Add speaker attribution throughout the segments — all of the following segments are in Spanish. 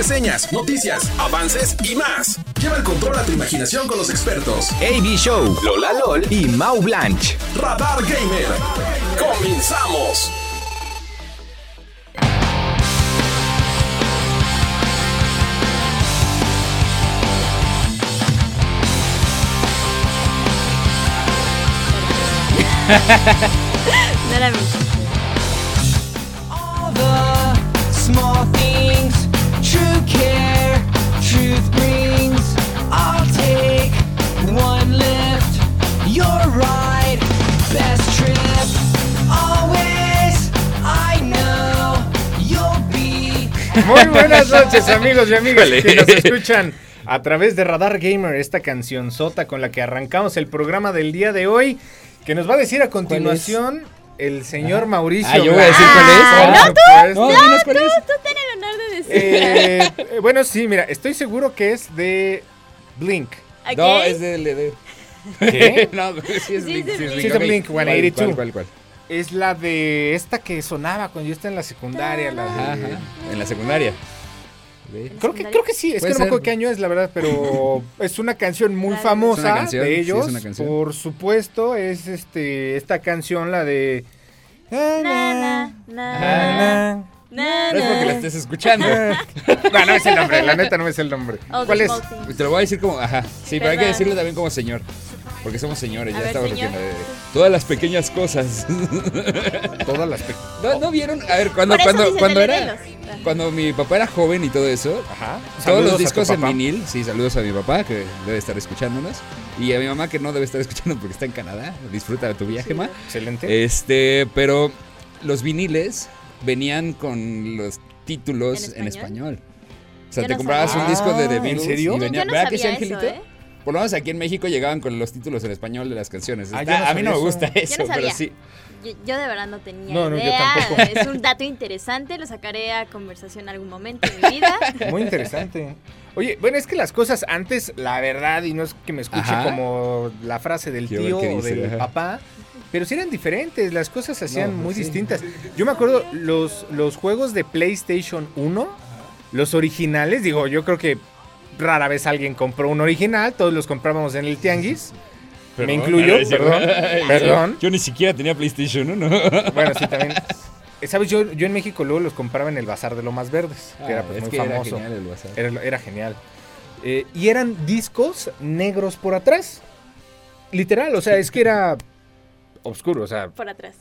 Speaker 1: reseñas, noticias, avances y más. Lleva el control a tu imaginación con los expertos.
Speaker 2: AB Show, Lola LOL y Mau Blanche.
Speaker 1: Radar Gamer. ¡Comenzamos!
Speaker 3: No era mi chiste.
Speaker 4: All the small things, true care, truth brings. I'll take one lift, your ride, best trip. Always, I know you'll be.
Speaker 5: Muy buenas noches, amigos y amigas que nos escuchan a través de Radar Gamer, esta canción sota con la que arrancamos el programa del día de hoy, que nos va a decir a continuación el señor Mauricio.
Speaker 6: Ah, yo voy a decir cuál es.
Speaker 5: Blanco,
Speaker 6: Ah,
Speaker 5: por supuesto.
Speaker 6: No, dinos cuál
Speaker 3: Tú,
Speaker 6: es.
Speaker 3: tú ten el honor de decir.
Speaker 5: Eh, eh, bueno, sí, mira, estoy seguro que es de Blink.
Speaker 3: ¿Ok?
Speaker 6: No, es de LD.
Speaker 5: ¿Qué?
Speaker 6: no, sí es
Speaker 3: Sí,
Speaker 6: Blink.
Speaker 3: es de
Speaker 5: Sí, es de Blink
Speaker 6: ok.
Speaker 5: 182.
Speaker 6: ¿Cuál, cuál, cuál?
Speaker 5: Es la de esta que sonaba cuando yo estaba en la secundaria. la de-
Speaker 6: Ajá, ajá. Eh, En la secundaria. Ve.
Speaker 5: Creo que, creo que sí, es que
Speaker 6: Puede
Speaker 5: no me acuerdo
Speaker 6: ser.
Speaker 5: qué año es, la verdad, pero es una canción muy
Speaker 3: Claro.
Speaker 5: famosa
Speaker 6: Es una canción, sí,
Speaker 5: de
Speaker 6: es
Speaker 5: ellos.
Speaker 6: una canción.
Speaker 5: Por supuesto, es este esta canción, la de.
Speaker 3: Na, na, na,
Speaker 5: Na,
Speaker 3: na,
Speaker 6: Ah, No es porque la
Speaker 3: na.
Speaker 6: estés escuchando.
Speaker 5: na. No, no es el nombre, la neta no es el nombre.
Speaker 3: All the
Speaker 5: ¿Cuál es?
Speaker 3: small things.
Speaker 6: Te lo voy a decir como, ajá. Sí, pero hay que
Speaker 3: ¿Verdad?
Speaker 6: decirlo también como señor. Porque somos señores,
Speaker 3: A
Speaker 6: ya
Speaker 3: ver,
Speaker 6: estamos
Speaker 3: señor.
Speaker 6: repitiendo. eh, Todas las pequeñas cosas.
Speaker 5: Todas las pe-
Speaker 6: ¿No, no vieron? A ver, cuando,
Speaker 3: Por eso
Speaker 6: cuando,
Speaker 3: dicen
Speaker 6: cuando
Speaker 3: el
Speaker 6: era.
Speaker 3: Edelos. Ajá.
Speaker 6: Cuando mi papá era joven y todo eso,
Speaker 5: Ajá.
Speaker 6: todos
Speaker 5: Saludos a
Speaker 6: los
Speaker 5: tu
Speaker 6: discos en
Speaker 5: papá.
Speaker 6: vinil, sí, saludos a mi papá que debe estar escuchándonos y a mi mamá que no debe estar escuchando porque está en Canadá. Disfruta de tu viaje, ma.
Speaker 5: Excelente.
Speaker 6: Este, pero los viniles venían con los títulos
Speaker 3: ¿En
Speaker 6: en
Speaker 3: español?
Speaker 6: español. O sea,
Speaker 3: Yo
Speaker 6: te
Speaker 3: no
Speaker 6: comprabas
Speaker 5: sabía.
Speaker 6: un disco de
Speaker 5: Ah,
Speaker 6: The
Speaker 5: ¿en
Speaker 6: Beatles
Speaker 5: serio?
Speaker 6: y
Speaker 5: Yo-
Speaker 6: venía,
Speaker 3: yo no
Speaker 6: ¿verdad que sí,
Speaker 3: sabía eso,
Speaker 6: Angelito?
Speaker 3: ¿eh?
Speaker 6: Por lo menos aquí en México llegaban con los títulos en español de las canciones.
Speaker 5: Ah, yo
Speaker 6: Está-
Speaker 5: no
Speaker 6: a mí no me
Speaker 5: sabía
Speaker 6: gusta
Speaker 5: eso.
Speaker 6: eso,
Speaker 3: Yo no
Speaker 6: pero
Speaker 3: sabía.
Speaker 6: sí.
Speaker 3: Yo, yo de verdad no tenía
Speaker 5: No, no, yo
Speaker 3: idea.
Speaker 5: tampoco.
Speaker 3: Es un dato interesante, lo sacaré a conversación en algún momento de mi vida.
Speaker 5: Muy interesante. Oye, bueno, es que las cosas antes, la verdad, y no es que me escuche
Speaker 6: Ajá.
Speaker 5: como la frase del
Speaker 6: Quiero ver
Speaker 5: tío
Speaker 6: qué
Speaker 5: o
Speaker 6: dice,
Speaker 5: del
Speaker 6: ajá.
Speaker 5: papá, pero sí eran diferentes, las cosas se hacían
Speaker 6: No, pues
Speaker 5: muy
Speaker 6: sí.
Speaker 5: distintas. Yo me acuerdo los, los juegos de PlayStation 1, los originales, digo, yo creo que rara vez alguien compró un original, todos los comprábamos en el tianguis. me incluyo, perdón, perdón.
Speaker 6: Yo ni siquiera tenía PlayStation 1.
Speaker 5: Bueno, sí, también. Eh, ¿Sabes? Yo, yo en México luego los compraba en el Bazar de Lomas Verdes, que era
Speaker 6: Ah,
Speaker 5: pues, muy famoso.
Speaker 6: genial el WhatsApp.
Speaker 5: Era, era genial. Eh, y eran discos negros por atrás. Literal, o sea, es que era oscuro, o sea.
Speaker 3: Por atrás.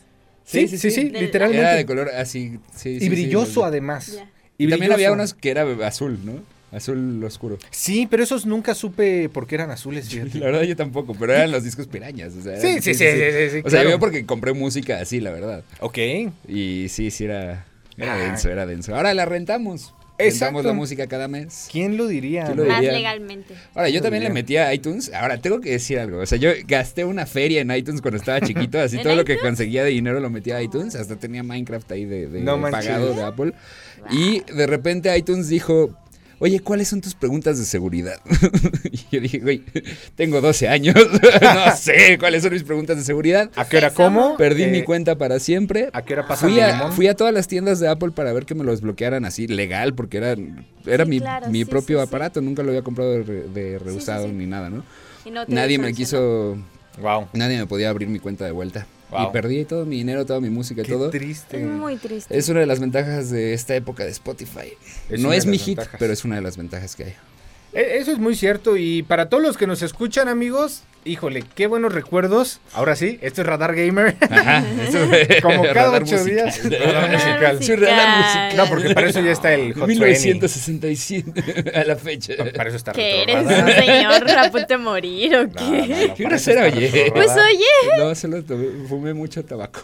Speaker 5: Sí, sí, sí,
Speaker 3: Del-
Speaker 5: literalmente.
Speaker 6: Era de color así, sí, sí,
Speaker 5: y
Speaker 6: sí,
Speaker 5: brilloso
Speaker 6: los-
Speaker 5: además.
Speaker 3: Ya.
Speaker 6: Y también había
Speaker 5: brilloso.
Speaker 6: unos que era azul, ¿no? Azul oscuro.
Speaker 5: Sí, pero esos nunca supe por qué eran azules, fíjate.
Speaker 6: La verdad yo tampoco, pero eran los discos pirañas. O sea, eran-
Speaker 5: Sí, sí, sí, sí, sí, sí,
Speaker 6: O sea,
Speaker 5: claro.
Speaker 6: yo porque compré música así, la verdad.
Speaker 5: Ok.
Speaker 6: Y sí, sí, era, era
Speaker 5: Ah.
Speaker 6: denso, era denso. Ahora la rentamos.
Speaker 5: Exacto.
Speaker 6: Rentamos la música cada mes.
Speaker 5: ¿Quién lo diría?
Speaker 6: ¿Quién lo
Speaker 5: no?
Speaker 3: Más
Speaker 6: diría?
Speaker 3: legalmente.
Speaker 6: Ahora, yo
Speaker 5: Muy
Speaker 6: también le
Speaker 5: bien.
Speaker 6: metí a iTunes. Ahora, tengo que decir algo. O sea, yo gasté una feria en iTunes cuando estaba chiquito. Así
Speaker 3: ¿En
Speaker 6: todo lo que
Speaker 3: iTunes?
Speaker 6: conseguía de dinero lo metía a iTunes. Hasta tenía Minecraft ahí de, de-
Speaker 5: No manches.
Speaker 6: pagado de Apple. Y de repente iTunes dijo... Oye, ¿cuáles son tus preguntas de seguridad? y yo dije, güey, tengo 12 años, no sé cuáles son mis preguntas de seguridad.
Speaker 5: ¿A qué hora como?
Speaker 6: Perdí mi cuenta para siempre.
Speaker 5: ¿A qué hora pasa
Speaker 6: Fui
Speaker 5: mi
Speaker 6: a,
Speaker 5: limón?
Speaker 6: fui a todas las tiendas de Apple para ver que me los bloquearan así, legal, porque era, era
Speaker 3: Sí,
Speaker 6: mi,
Speaker 3: claro,
Speaker 6: mi
Speaker 3: sí,
Speaker 6: propio
Speaker 3: sí, sí.
Speaker 6: aparato, nunca lo había comprado de, re- de reusado
Speaker 3: sí.
Speaker 6: ni nada, ¿no?
Speaker 3: Y no te
Speaker 6: Nadie me
Speaker 3: solucionó.
Speaker 6: quiso,
Speaker 5: Wow.
Speaker 6: nadie me podía abrir mi cuenta de vuelta.
Speaker 5: Wow.
Speaker 6: Y perdí todo mi dinero, toda mi música, y
Speaker 5: Qué
Speaker 6: todo.
Speaker 5: triste.
Speaker 3: Es muy triste.
Speaker 6: Es una de las ventajas de esta época de Spotify.
Speaker 5: Es
Speaker 6: no
Speaker 5: una
Speaker 6: es
Speaker 5: de
Speaker 6: mi
Speaker 5: las
Speaker 6: hit,
Speaker 5: ventajas.
Speaker 6: pero es una de las ventajas que hay.
Speaker 5: E- Eso es muy cierto y para todos los que nos escuchan amigos, híjole, qué buenos recuerdos. Ahora sí, esto es Radar Gamer. Como cada
Speaker 6: Radar
Speaker 5: ocho
Speaker 6: musical.
Speaker 5: días.
Speaker 6: Radar
Speaker 3: musical.
Speaker 6: Su radar musical.
Speaker 5: No, porque para eso ya está el Hot
Speaker 6: 1967 a la fecha.
Speaker 5: Training. Pa- Para eso está
Speaker 3: ¿Qué
Speaker 5: Retro
Speaker 3: eres un
Speaker 5: Radar.
Speaker 3: señor a punto de morir o
Speaker 5: No, no, no,
Speaker 3: qué?
Speaker 5: para
Speaker 6: Qué
Speaker 5: eso
Speaker 6: grosero,
Speaker 5: está
Speaker 6: oye.
Speaker 5: Retro
Speaker 3: Pues
Speaker 5: Radar.
Speaker 3: oye,
Speaker 6: No, solo tomé- fumé mucho tabaco.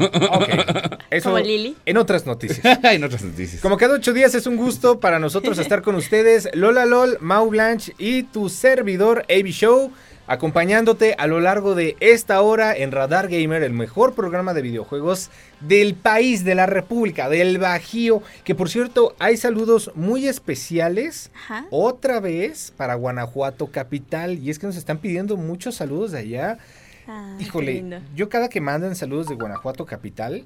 Speaker 5: Ok, eso
Speaker 3: Como Lili.
Speaker 5: en otras noticias.
Speaker 6: en otras noticias.
Speaker 5: Como cada ocho días es un gusto para nosotros estar con ustedes, Lola Lol, Mau Blanche y tu servidor AB Show, acompañándote a lo largo de esta hora en Radar Gamer, el mejor programa de videojuegos del país, de la República, del Bajío, que por cierto hay saludos muy especiales
Speaker 3: Ajá.
Speaker 6: Oh,
Speaker 5: otra vez para Guanajuato Capital. Y es que nos están pidiendo muchos saludos de allá.
Speaker 3: Ah, qué
Speaker 5: Híjole,
Speaker 3: lindo.
Speaker 5: yo cada que mandan saludos de Guanajuato Capital,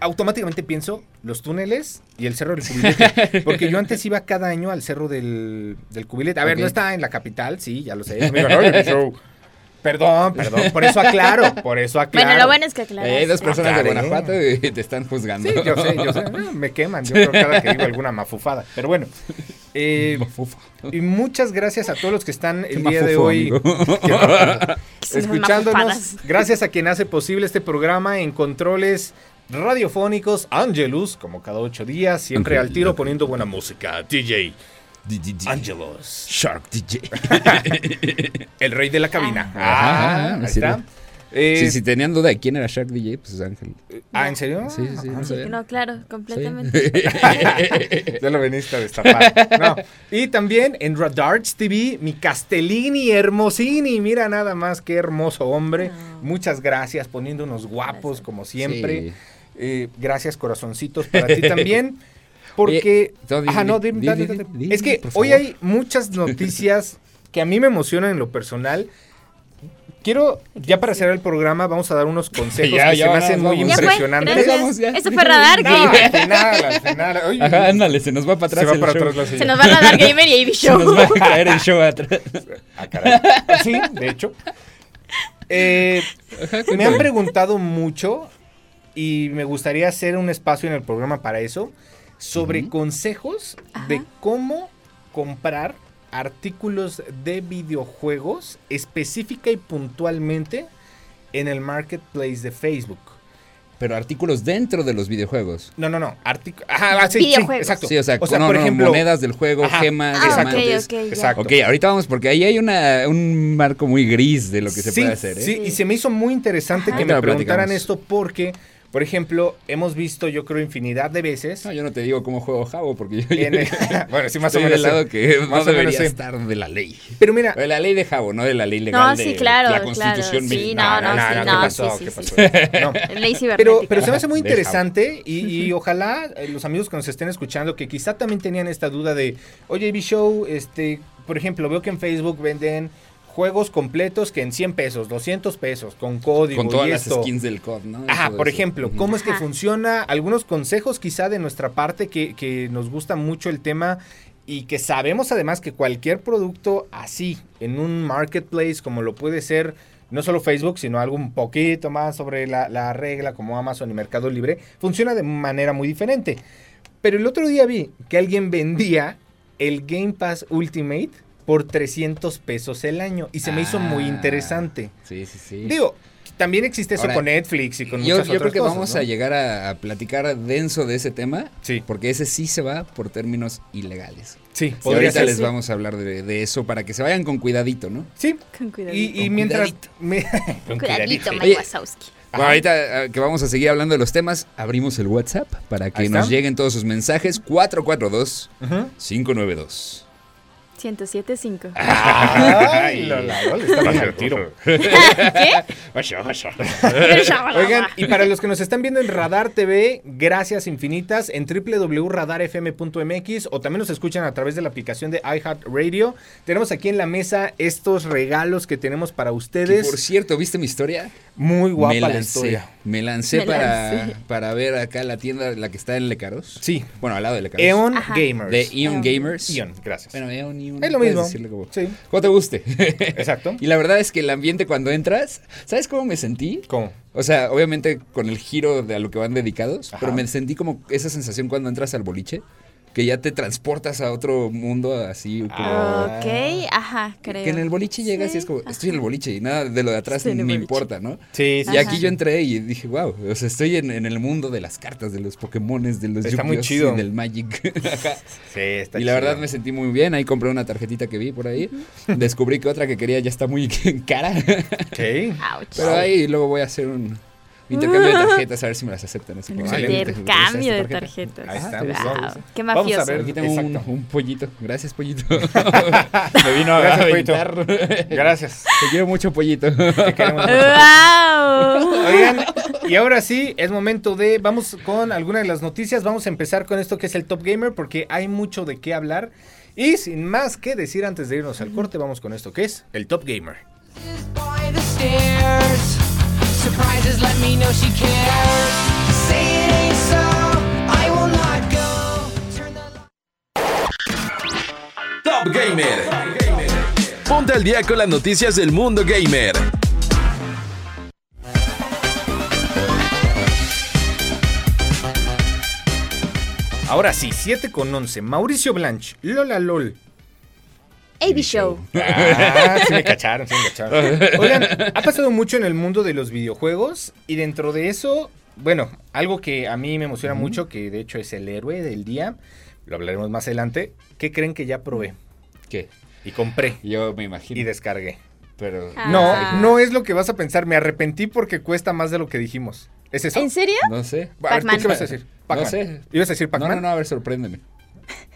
Speaker 5: automáticamente pienso los túneles y el cerro del cubilete. Porque yo antes iba cada año al cerro del, del cubilete. A ver,
Speaker 6: Ok.
Speaker 5: no está en la capital, sí, ya lo sé. amigo, no, el show. Perdón, perdón. Por eso aclaro, por eso aclaro.
Speaker 3: Bueno, lo bueno es que aclaras.
Speaker 6: Eh, hay dos personas de
Speaker 5: Aclaré.
Speaker 6: Guanajuato y te están juzgando.
Speaker 5: Sí, yo sé, yo sé. Ah, Me queman, yo creo cada que digo alguna mafufada. Pero bueno. eh,
Speaker 6: Mafufa.
Speaker 5: y muchas gracias a todos los que están el
Speaker 6: Qué
Speaker 5: día de
Speaker 6: mafufo,
Speaker 5: hoy.
Speaker 6: amigo.
Speaker 5: Qué mafufo.
Speaker 3: Son unas
Speaker 5: escuchándonos.
Speaker 3: mafufadas.
Speaker 5: Gracias a quien hace posible este programa en controles radiofónicos. Angelus, como cada ocho días, siempre al tiro poniendo buena música. DJ Angelus,
Speaker 6: Shark DJ.
Speaker 5: el rey de la cabina.
Speaker 6: Ah.
Speaker 5: Ah,
Speaker 6: Ah,
Speaker 5: ahí
Speaker 6: me
Speaker 5: está.
Speaker 6: sirve.
Speaker 5: Eh,
Speaker 6: Sí, si tenían duda de quién era Shark DJ, pues es Ángel.
Speaker 5: Ah, ¿en serio?
Speaker 6: Sí, sí, sí, no sabía.
Speaker 3: No, claro, completamente.
Speaker 6: Sí.
Speaker 5: Ya lo veniste a destapar. No. Y también en Radarts TV, mi Castellini Hermosini. Mira nada más qué hermoso hombre.
Speaker 3: No.
Speaker 5: Muchas gracias, poniéndonos guapos como siempre.
Speaker 6: Sí.
Speaker 5: Eh, gracias, corazoncitos, para ti también. Porque.
Speaker 6: Oye, no, di-
Speaker 5: Ajá, no,
Speaker 6: di-
Speaker 5: di-
Speaker 6: di-
Speaker 5: dale,
Speaker 6: di-
Speaker 5: dale.
Speaker 6: di-
Speaker 5: es que
Speaker 6: por
Speaker 5: hoy
Speaker 6: favor.
Speaker 5: hay muchas noticias que a mí me emocionan en lo personal. Quiero, ya para cerrar el programa, vamos a dar unos consejos
Speaker 6: Ya,
Speaker 5: que
Speaker 6: ya,
Speaker 5: se me
Speaker 6: ya,
Speaker 5: hacen muy
Speaker 6: vamos.
Speaker 3: Ya fue,
Speaker 5: impresionantes.
Speaker 3: gracias.
Speaker 6: Vamos, ya.
Speaker 3: Eso fue Radar
Speaker 5: No,
Speaker 3: Gamer.
Speaker 5: al final, al final. Ay,
Speaker 6: Ajá, ándale, se nos va para atrás.
Speaker 5: se va
Speaker 6: el
Speaker 5: para
Speaker 6: show.
Speaker 5: atrás la
Speaker 3: Se
Speaker 5: silla.
Speaker 3: nos va Radar Gamer y AB
Speaker 6: Se nos
Speaker 3: Show.
Speaker 6: va a caer el show atrás.
Speaker 5: Ah, caray. Sí, de hecho. Eh, me han preguntado mucho y me gustaría hacer un espacio en el programa para eso sobre consejos de cómo comprar artículos de videojuegos específica y puntualmente en el marketplace de Facebook.
Speaker 6: Pero artículos dentro de los videojuegos.
Speaker 5: No, no, no. artic- Ajá, sí, sí,
Speaker 3: Videojuegos.
Speaker 5: exacto.
Speaker 6: Sí, o sea, no, no, monedas del juego,
Speaker 5: Ajá.
Speaker 6: gemas,
Speaker 3: Ah, ok,
Speaker 6: diamantes.
Speaker 3: ok, ya.
Speaker 5: Exacto.
Speaker 6: Ok, ahorita vamos porque ahí hay una, un marco muy gris de lo que se
Speaker 5: sí,
Speaker 6: puede hacer. ¿eh?
Speaker 5: Sí, y se me hizo muy interesante
Speaker 6: Ajá.
Speaker 5: que
Speaker 6: Ahorita
Speaker 5: me
Speaker 6: lo
Speaker 5: preguntaran
Speaker 6: platicamos.
Speaker 5: esto porque, por ejemplo, hemos visto, yo creo, infinidad de veces.
Speaker 6: No, yo no te digo cómo juego Jabo porque yo,
Speaker 5: en-
Speaker 6: yo
Speaker 5: bueno, sí, más o
Speaker 6: estoy
Speaker 5: menos.
Speaker 6: del lado
Speaker 5: sí.
Speaker 6: que no
Speaker 5: Más o menos
Speaker 6: debería
Speaker 5: sí.
Speaker 6: estar de la ley.
Speaker 5: Pero mira,
Speaker 6: De la ley de Jabo, no de la ley legal
Speaker 3: No,
Speaker 6: de
Speaker 3: sí, claro,
Speaker 6: la
Speaker 3: claro,
Speaker 6: Constitución
Speaker 3: sí,
Speaker 6: mexicana.
Speaker 3: no, no, sí,
Speaker 5: ¿qué
Speaker 3: no,
Speaker 5: pasó?
Speaker 3: sí,
Speaker 5: ¿Qué
Speaker 3: sí, sí.
Speaker 5: pasó?
Speaker 6: Eh.
Speaker 5: No.
Speaker 3: Ley
Speaker 5: Pero,
Speaker 3: cibernética.
Speaker 5: pero se me hace muy
Speaker 6: Deja.
Speaker 5: interesante y, y ojalá eh, los amigos que nos estén escuchando que quizá también tenían esta duda de, oye, B-Show, este, por ejemplo, veo que en Facebook venden juegos completos que en 100 pesos, 200 pesos, con código
Speaker 6: Con todas
Speaker 5: y
Speaker 6: las
Speaker 5: esto.
Speaker 6: skins del COD, ¿no?
Speaker 5: Ajá,
Speaker 6: Todo
Speaker 5: por
Speaker 6: eso.
Speaker 5: ejemplo,
Speaker 6: Ujú.
Speaker 5: ¿cómo es que
Speaker 3: Ajá.
Speaker 5: funciona? Algunos consejos quizá de nuestra parte que, que nos gusta mucho el tema y que sabemos además que cualquier producto así, en un marketplace como lo puede ser no solo Facebook, sino algo un poquito más sobre la, la regla como Amazon y Mercado Libre, funciona de manera muy diferente. Pero el otro día vi que alguien vendía el Game Pass Ultimate por 300 pesos el año y se me hizo muy
Speaker 6: Ah.
Speaker 5: interesante.
Speaker 6: Sí, sí, sí.
Speaker 5: Digo, también existe eso
Speaker 6: Ahora,
Speaker 5: con Netflix y con
Speaker 6: yo,
Speaker 5: muchas
Speaker 6: yo creo
Speaker 5: otras
Speaker 6: que
Speaker 5: cosas,
Speaker 6: vamos
Speaker 5: ¿no?
Speaker 6: a llegar a, a platicar denso de ese tema.
Speaker 5: Sí.
Speaker 6: Porque ese sí se va por términos ilegales.
Speaker 5: Sí,
Speaker 6: Y
Speaker 5: podría
Speaker 6: ahorita
Speaker 5: ser.
Speaker 6: les vamos a hablar de, de eso para que se vayan con cuidadito, ¿no?
Speaker 5: Sí.
Speaker 3: Con cuidadito.
Speaker 5: Y, y
Speaker 6: Con
Speaker 5: mientras.
Speaker 6: cuidadito.
Speaker 5: me- con
Speaker 3: Cuidadito,
Speaker 5: cuidadito.
Speaker 3: Mike Wazowski.
Speaker 6: Bueno, ahorita eh, que vamos a seguir hablando de los temas, abrimos el WhatsApp para
Speaker 5: Ahí
Speaker 6: que
Speaker 5: está.
Speaker 6: nos lleguen todos sus mensajes. 442
Speaker 5: Ujú.
Speaker 6: 592.
Speaker 3: 107.5.
Speaker 5: Ay, Lola, Lola, está bien al tiro.
Speaker 3: ¿Qué? Pero ya, hola,
Speaker 5: Oigan,
Speaker 3: hola.
Speaker 5: y para los que nos están viendo en Radar TV, gracias infinitas en www.radarfm.mx o también nos escuchan a través de la aplicación de iHeartRadio. Tenemos aquí en la mesa estos regalos que tenemos para
Speaker 6: Que, por
Speaker 5: ustedes.
Speaker 6: cierto, ¿viste mi historia?
Speaker 5: Muy guapa
Speaker 6: me
Speaker 5: la
Speaker 6: lancé,
Speaker 5: historia.
Speaker 6: me lancé
Speaker 3: Me
Speaker 6: para,
Speaker 3: lancé.
Speaker 6: para ver acá la tienda, la que está en Lecaros.
Speaker 5: Sí.
Speaker 6: Bueno, al lado de Lecaros.
Speaker 5: Eon
Speaker 3: Ajá.
Speaker 5: Gamers.
Speaker 6: De Eon
Speaker 3: Eon.
Speaker 6: Gamers.
Speaker 5: Eon, gracias.
Speaker 6: Bueno, Eon, Eon.
Speaker 5: Es lo
Speaker 6: puedes
Speaker 5: mismo.
Speaker 6: decirle como-
Speaker 5: Sí.
Speaker 6: Como te guste.
Speaker 5: Exacto.
Speaker 6: y la verdad es que el ambiente cuando entras, ¿sabes cómo me sentí?
Speaker 5: ¿Cómo?
Speaker 6: O sea, obviamente con el giro de a lo que van dedicados,
Speaker 5: Ajá.
Speaker 6: pero me sentí como esa sensación cuando entras al boliche, que ya te transportas a otro mundo así. Como,
Speaker 3: Ah, Ok, ajá, creo.
Speaker 6: que en el boliche llegas y es como, estoy en el boliche y nada de lo de atrás
Speaker 3: Estoy en el
Speaker 6: me
Speaker 3: boliche.
Speaker 6: importa, ¿no?
Speaker 5: Sí,
Speaker 6: Y
Speaker 5: sí.
Speaker 3: Ajá.
Speaker 6: aquí yo entré y dije, wow, o sea, estoy en, en el mundo de las cartas, de los Pokémones, de los
Speaker 5: Está muy
Speaker 6: Yu-Gi-Ohs
Speaker 5: chido.
Speaker 6: y del Magic. Ajá.
Speaker 5: Sí, está
Speaker 6: y la verdad
Speaker 5: chido.
Speaker 6: me sentí muy bien. Ahí compré una tarjetita que vi por ahí. Descubrí que otra que quería ya está muy cara.
Speaker 5: Ok.
Speaker 3: Ouch.
Speaker 6: Pero ahí luego voy a hacer un intercambio de tarjetas a ver si me las aceptan. Así
Speaker 3: Un
Speaker 6: como, "Ay, ¿te gusta
Speaker 3: intercambio de
Speaker 6: esta tarjeta?".
Speaker 3: tarjetas.
Speaker 5: Ahí está,
Speaker 3: Wow,
Speaker 5: pues, vamos.
Speaker 3: Qué
Speaker 5: Vamos a
Speaker 3: mafioso.
Speaker 5: ver.
Speaker 6: Aquí tengo un,
Speaker 5: Exacto.
Speaker 6: un pollito. Gracias, pollito. me vino a
Speaker 5: Gracias, pollito.
Speaker 6: aventar. Te
Speaker 5: Gracias.
Speaker 6: quiero mucho, pollito.
Speaker 5: Te queremos mucho.
Speaker 3: ¡Wow!
Speaker 5: Oigan, y ahora sí, es momento de, vamos con alguna de las noticias, vamos a empezar con esto que es el Top Gamer porque hay mucho de qué hablar y sin más que decir antes de irnos al corte, vamos con esto que es el Top Gamer.
Speaker 4: Is by the stairs. Surprises let me know she cares. Say
Speaker 1: Gamer. Ponte al día con las noticias del mundo gamer.
Speaker 5: Ahora sí, 7 con 11. Mauricio Blanch, Lola Lol.
Speaker 3: AB Show.
Speaker 5: Ah, sí me cacharon, sí me cacharon. Oigan, ha pasado mucho en el mundo de los videojuegos y dentro de eso, bueno, algo que a mí me emociona mucho, que de hecho es el héroe del día, lo hablaremos más adelante, ¿qué creen que ya probé?
Speaker 6: ¿Qué?
Speaker 5: Y compré
Speaker 6: Yo me imagino.
Speaker 5: y descargué.
Speaker 6: Pero.
Speaker 3: Ah.
Speaker 5: No, no es lo que vas a pensar, me arrepentí porque cuesta más de lo que dijimos. ¿Es eso?
Speaker 3: ¿En serio?
Speaker 6: No
Speaker 5: A
Speaker 6: sé.
Speaker 5: ver, ¿tú
Speaker 3: Pac-Man.
Speaker 5: qué vas a decir?
Speaker 6: No
Speaker 5: Pac-Man.
Speaker 6: sé.
Speaker 5: ¿Ibas a decir
Speaker 6: No,
Speaker 5: Pac-Man?
Speaker 6: no, no, a ver, sorpréndeme.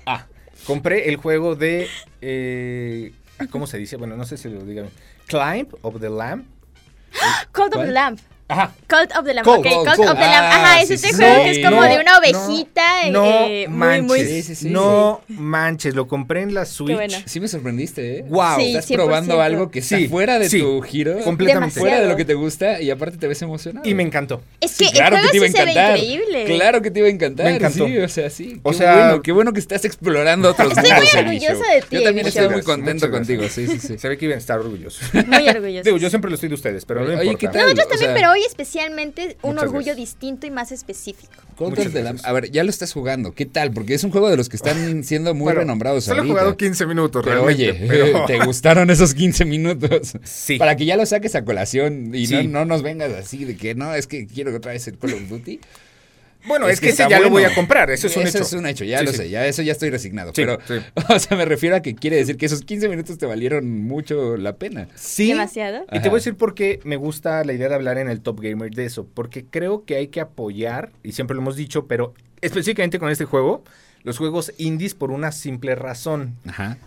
Speaker 5: Ah, compré el juego de. eh, ¿Cómo se dice? Bueno, no sé si lo diga bien. Climb of the Lamb.
Speaker 3: Cult of
Speaker 6: ¿Cuál?
Speaker 3: the Lamb.
Speaker 5: Ajá.
Speaker 3: Cult of the Lamb.
Speaker 5: Cult,
Speaker 3: ok,
Speaker 6: Cult,
Speaker 3: Cult,
Speaker 6: Cult.
Speaker 3: of the Lamb.
Speaker 6: Ah,
Speaker 3: Ajá,
Speaker 6: sí,
Speaker 3: es este
Speaker 6: sí,
Speaker 3: juego
Speaker 6: sí.
Speaker 3: que es como
Speaker 6: No,
Speaker 3: de una ovejita. eh,
Speaker 5: No,
Speaker 3: eh, muy,
Speaker 5: manches.
Speaker 3: muy.
Speaker 6: Sí, sí, sí,
Speaker 5: no manches. Lo compré en la Switch.
Speaker 3: bueno.
Speaker 6: Sí me sorprendiste, ¿eh?
Speaker 5: Wow.
Speaker 3: Sí,
Speaker 6: Estás
Speaker 3: 100%.
Speaker 6: probando algo que está
Speaker 5: Sí,
Speaker 6: fuera de
Speaker 5: sí.
Speaker 6: tu giro.
Speaker 5: Completamente.
Speaker 6: Fuera de lo
Speaker 3: Demasiado.
Speaker 6: que te gusta y aparte te ves emocionado.
Speaker 5: Y me encantó.
Speaker 3: Es que
Speaker 6: Sí, claro
Speaker 3: el
Speaker 6: que
Speaker 3: juego
Speaker 6: te iba a
Speaker 3: sí se
Speaker 6: encantar.
Speaker 3: ve increíble.
Speaker 6: Claro que te iba a encantar.
Speaker 5: Me encantó.
Speaker 6: Sí, o sea, sí.
Speaker 5: O
Speaker 6: qué
Speaker 5: sea-
Speaker 6: bueno, qué bueno que estás explorando otros
Speaker 3: Estoy muy
Speaker 6: mundos, Eli
Speaker 3: orgullosa
Speaker 6: Show.
Speaker 3: de ti,
Speaker 6: Yo también
Speaker 3: Eli
Speaker 6: estoy
Speaker 3: Show.
Speaker 6: muy contento
Speaker 5: Muchas
Speaker 6: contigo, sí, sí, sí.
Speaker 5: Se ve que iban a estar orgullosos.
Speaker 3: Muy orgulloso.
Speaker 5: Digo, yo siempre lo estoy de ustedes, pero no me
Speaker 6: Oye,
Speaker 5: importa.
Speaker 6: ¿qué tal?
Speaker 3: Nosotros
Speaker 6: O
Speaker 3: también,
Speaker 6: sea,
Speaker 3: pero hoy especialmente un
Speaker 5: Muchas
Speaker 3: orgullo
Speaker 5: gracias.
Speaker 3: distinto y más específico.
Speaker 6: Cult
Speaker 5: Muchas
Speaker 6: of the Lamb.
Speaker 5: gracias.
Speaker 6: A ver, ya lo estás jugando. ¿Qué tal? Porque es un juego de los que están siendo muy
Speaker 5: Bueno,
Speaker 6: renombrados
Speaker 5: Solo he
Speaker 6: ahorita.
Speaker 5: jugado 15 minutos,
Speaker 6: Pero
Speaker 5: realmente.
Speaker 6: oye,
Speaker 5: pero-
Speaker 6: ¿te gustaron esos 15 minutos?
Speaker 5: Sí.
Speaker 6: Para que ya lo saques a colación y no,
Speaker 5: Sí.
Speaker 6: no nos vengas así de que no, es que quiero otra vez el Call of Duty.
Speaker 5: Bueno, es, que, ese
Speaker 6: está
Speaker 5: ya lo voy
Speaker 6: bueno.
Speaker 5: a comprar. Eso es un hecho.
Speaker 6: Eso es un hecho, ya
Speaker 5: Sí,
Speaker 6: lo
Speaker 5: sí.
Speaker 6: sé, ya eso ya estoy resignado.
Speaker 5: Sí,
Speaker 6: pero,
Speaker 5: sí.
Speaker 6: o sea, me refiero a que quiere decir que esos 15 minutos te valieron mucho la pena.
Speaker 5: Sí.
Speaker 3: Demasiado.
Speaker 5: Y te voy a decir por qué me gusta la idea de hablar en el Top Gamer de eso, porque creo que hay que apoyar, y siempre lo hemos dicho, pero específicamente con este juego, los juegos indies por una simple razón.
Speaker 6: Ajá.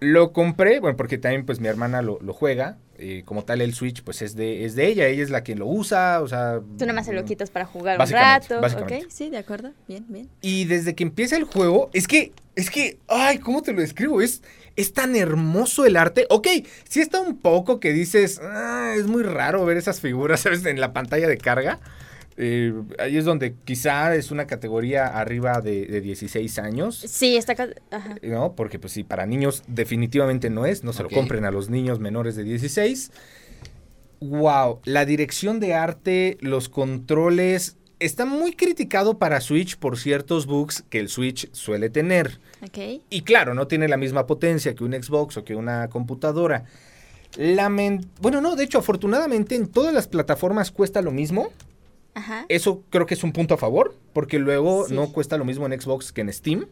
Speaker 5: Lo compré, bueno, porque también pues mi hermana lo, lo juega, eh, como tal el Switch pues es de, es de ella, ella es la que lo usa, o sea... mm,
Speaker 3: Tú nada más se
Speaker 6: Mm.
Speaker 3: lo quitas para jugar un
Speaker 5: Básicamente,
Speaker 3: rato.
Speaker 5: básicamente.
Speaker 3: Ok, sí, de acuerdo. Bien, bien.
Speaker 5: Y desde que empieza el juego, es que, es que, ay, ¿cómo te lo describo? Es, es tan hermoso el arte. Ok, sí está un poco que dices, "Ah, es muy raro ver esas figuras, ¿sabes? En la pantalla de carga. Eh, ahí es donde quizá es una categoría arriba de, de 16 años.
Speaker 3: Sí, está. ca- Ajá.
Speaker 5: ¿no? Porque pues sí, para niños definitivamente no es, no se
Speaker 6: Ok.
Speaker 5: lo compren a los niños menores de 16. Wow, la dirección de arte, los controles, está muy criticado para Switch por ciertos bugs que el Switch suele tener.
Speaker 3: Ok.
Speaker 5: Y claro, no tiene la misma potencia que un Xbox o que una computadora. Lamen- bueno, no, de hecho, afortunadamente en todas las plataformas cuesta lo mismo.
Speaker 3: Ajá.
Speaker 5: Eso creo que es un punto a favor, porque luego
Speaker 3: Sí.
Speaker 5: no cuesta lo mismo en Xbox que en Steam.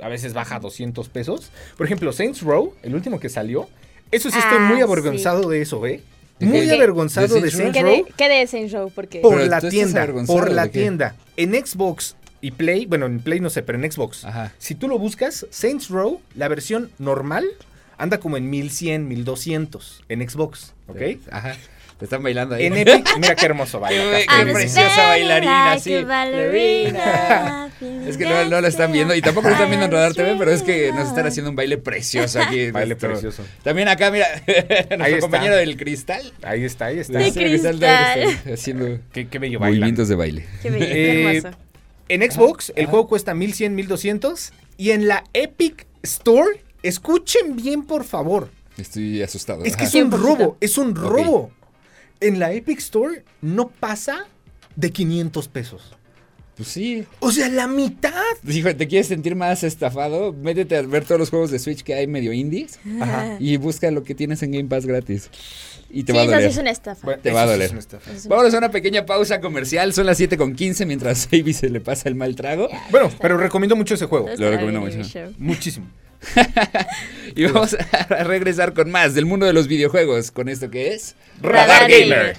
Speaker 5: A veces baja 200 pesos. Por ejemplo, Saints Row, el último que salió. Eso sí, estoy
Speaker 3: Ah,
Speaker 5: muy
Speaker 3: sí.
Speaker 5: avergonzado de eso, ¿eh?
Speaker 6: ¿De
Speaker 5: Muy
Speaker 6: qué?
Speaker 5: avergonzado
Speaker 6: ¿De
Speaker 5: de
Speaker 6: Saints
Speaker 5: Saints
Speaker 3: ¿Qué
Speaker 5: Row
Speaker 3: de, qué de Saints Row? Porque.
Speaker 5: por
Speaker 6: Pero
Speaker 5: la
Speaker 6: tú estás
Speaker 5: tienda.
Speaker 6: avergonzado,
Speaker 5: Por la
Speaker 6: ¿de qué?
Speaker 5: tienda. En Xbox y Play, bueno, en Play no sé, pero en Xbox.
Speaker 6: Ajá.
Speaker 5: Si tú lo buscas, Saints Row, la versión normal, anda como en 1100, 1200 en Xbox, ¿ok?
Speaker 6: Ajá. Te están bailando ahí.
Speaker 5: En Epic, mira qué hermoso baila. Casper.
Speaker 6: Qué qué
Speaker 3: I'm
Speaker 6: preciosa
Speaker 3: standing
Speaker 6: bailarina,
Speaker 3: like
Speaker 6: sí.
Speaker 3: a ballerina,
Speaker 6: Es que no, no la están viendo y tampoco lo están viendo en Radar TV, pero es que nos están haciendo un baile precioso aquí.
Speaker 5: Baile
Speaker 6: nuestro-
Speaker 5: precioso.
Speaker 6: También acá, mira, nuestro
Speaker 5: Ahí está.
Speaker 6: compañero del cristal.
Speaker 5: Ahí está, ahí está.
Speaker 3: De
Speaker 6: Nuestro cristal del
Speaker 3: cristal.
Speaker 6: cristal, Haciendo
Speaker 5: Qué, qué bello bailan.
Speaker 6: movimientos de baile.
Speaker 3: Qué bello, qué
Speaker 5: Eh,
Speaker 3: hermoso.
Speaker 5: En Xbox el juego cuesta 1100, 1200 y en la Epic Store, escuchen bien por favor,
Speaker 6: Estoy asustado.
Speaker 5: es que
Speaker 6: Ajá.
Speaker 5: es un
Speaker 3: 100%.
Speaker 5: robo, es un
Speaker 6: Ok.
Speaker 5: robo. En la Epic Store no pasa de 500 pesos.
Speaker 6: Pues sí. Pues,
Speaker 5: O sea, la mitad.
Speaker 6: Hijo, ¿te quieres sentir más estafado? Métete a ver todos los juegos de Switch que hay medio indies y busca lo que tienes en Game Pass gratis. Y te
Speaker 3: sí,
Speaker 6: va a
Speaker 3: eso sí
Speaker 6: doler.
Speaker 3: es una estafa.
Speaker 6: Te va a
Speaker 5: Eso sí
Speaker 6: doler.
Speaker 5: es una estafa.
Speaker 3: Es una-
Speaker 6: Vámonos a una pequeña pausa comercial. Son las 7 con 15 mientras a Baby se le pasa el mal trago.
Speaker 5: Bueno, pero recomiendo mucho ese juego.
Speaker 3: Entonces,
Speaker 6: lo recomiendo
Speaker 3: está bien,
Speaker 6: mucho.
Speaker 3: Amy Show.
Speaker 5: Muchísimo.
Speaker 6: Y vamos a regresar con más del mundo de los videojuegos. Con esto que es.
Speaker 3: Radar Gamer.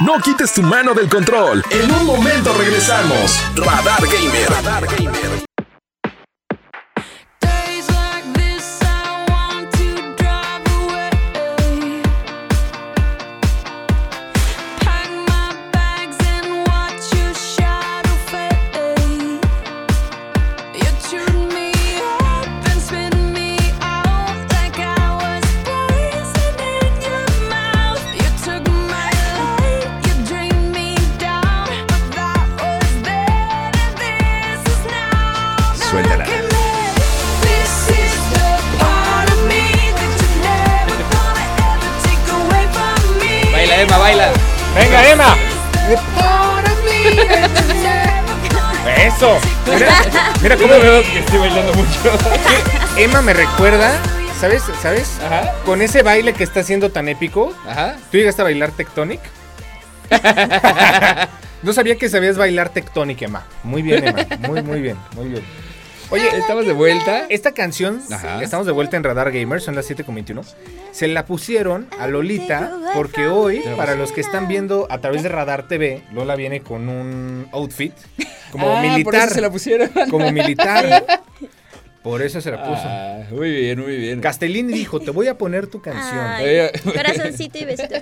Speaker 1: No quites tu mano del control. En un momento regresamos. Radar Gamer. Radar Gamer.
Speaker 4: Days like this, I want to drive away. Pack my bags and watch your shadow fade. You turn me up and spin me out like I
Speaker 6: Venga, Emma, baila.
Speaker 5: ¡Venga, Emma! ¡Eso! Mira, mira cómo
Speaker 6: veo que estoy bailando mucho.
Speaker 5: Emma me recuerda, ¿sabes? ¿Sabes?
Speaker 6: Ajá.
Speaker 5: Con ese baile que está haciendo tan épico,
Speaker 6: Ajá.
Speaker 5: ¿tú llegaste a bailar Tectonic? no sabía que sabías bailar Tectonic, Emma. Muy bien, Emma. Muy, muy bien, muy bien. Oye,
Speaker 6: Estamos de vuelta.
Speaker 5: Esta canción,
Speaker 6: Ajá.
Speaker 5: estamos de vuelta en Radar Gamers, son las 7.21. Se la pusieron a Lolita porque hoy, para los que están viendo a través de Radar TV, Lola viene con un outfit como
Speaker 6: Ah,
Speaker 5: militar.
Speaker 6: Por eso se la pusieron.
Speaker 5: Como militar. Por eso se la puso.
Speaker 6: Ah, muy bien, muy bien.
Speaker 5: Castellini dijo, te voy a poner tu canción.
Speaker 6: Ella-
Speaker 3: Ay, corazoncito y besito.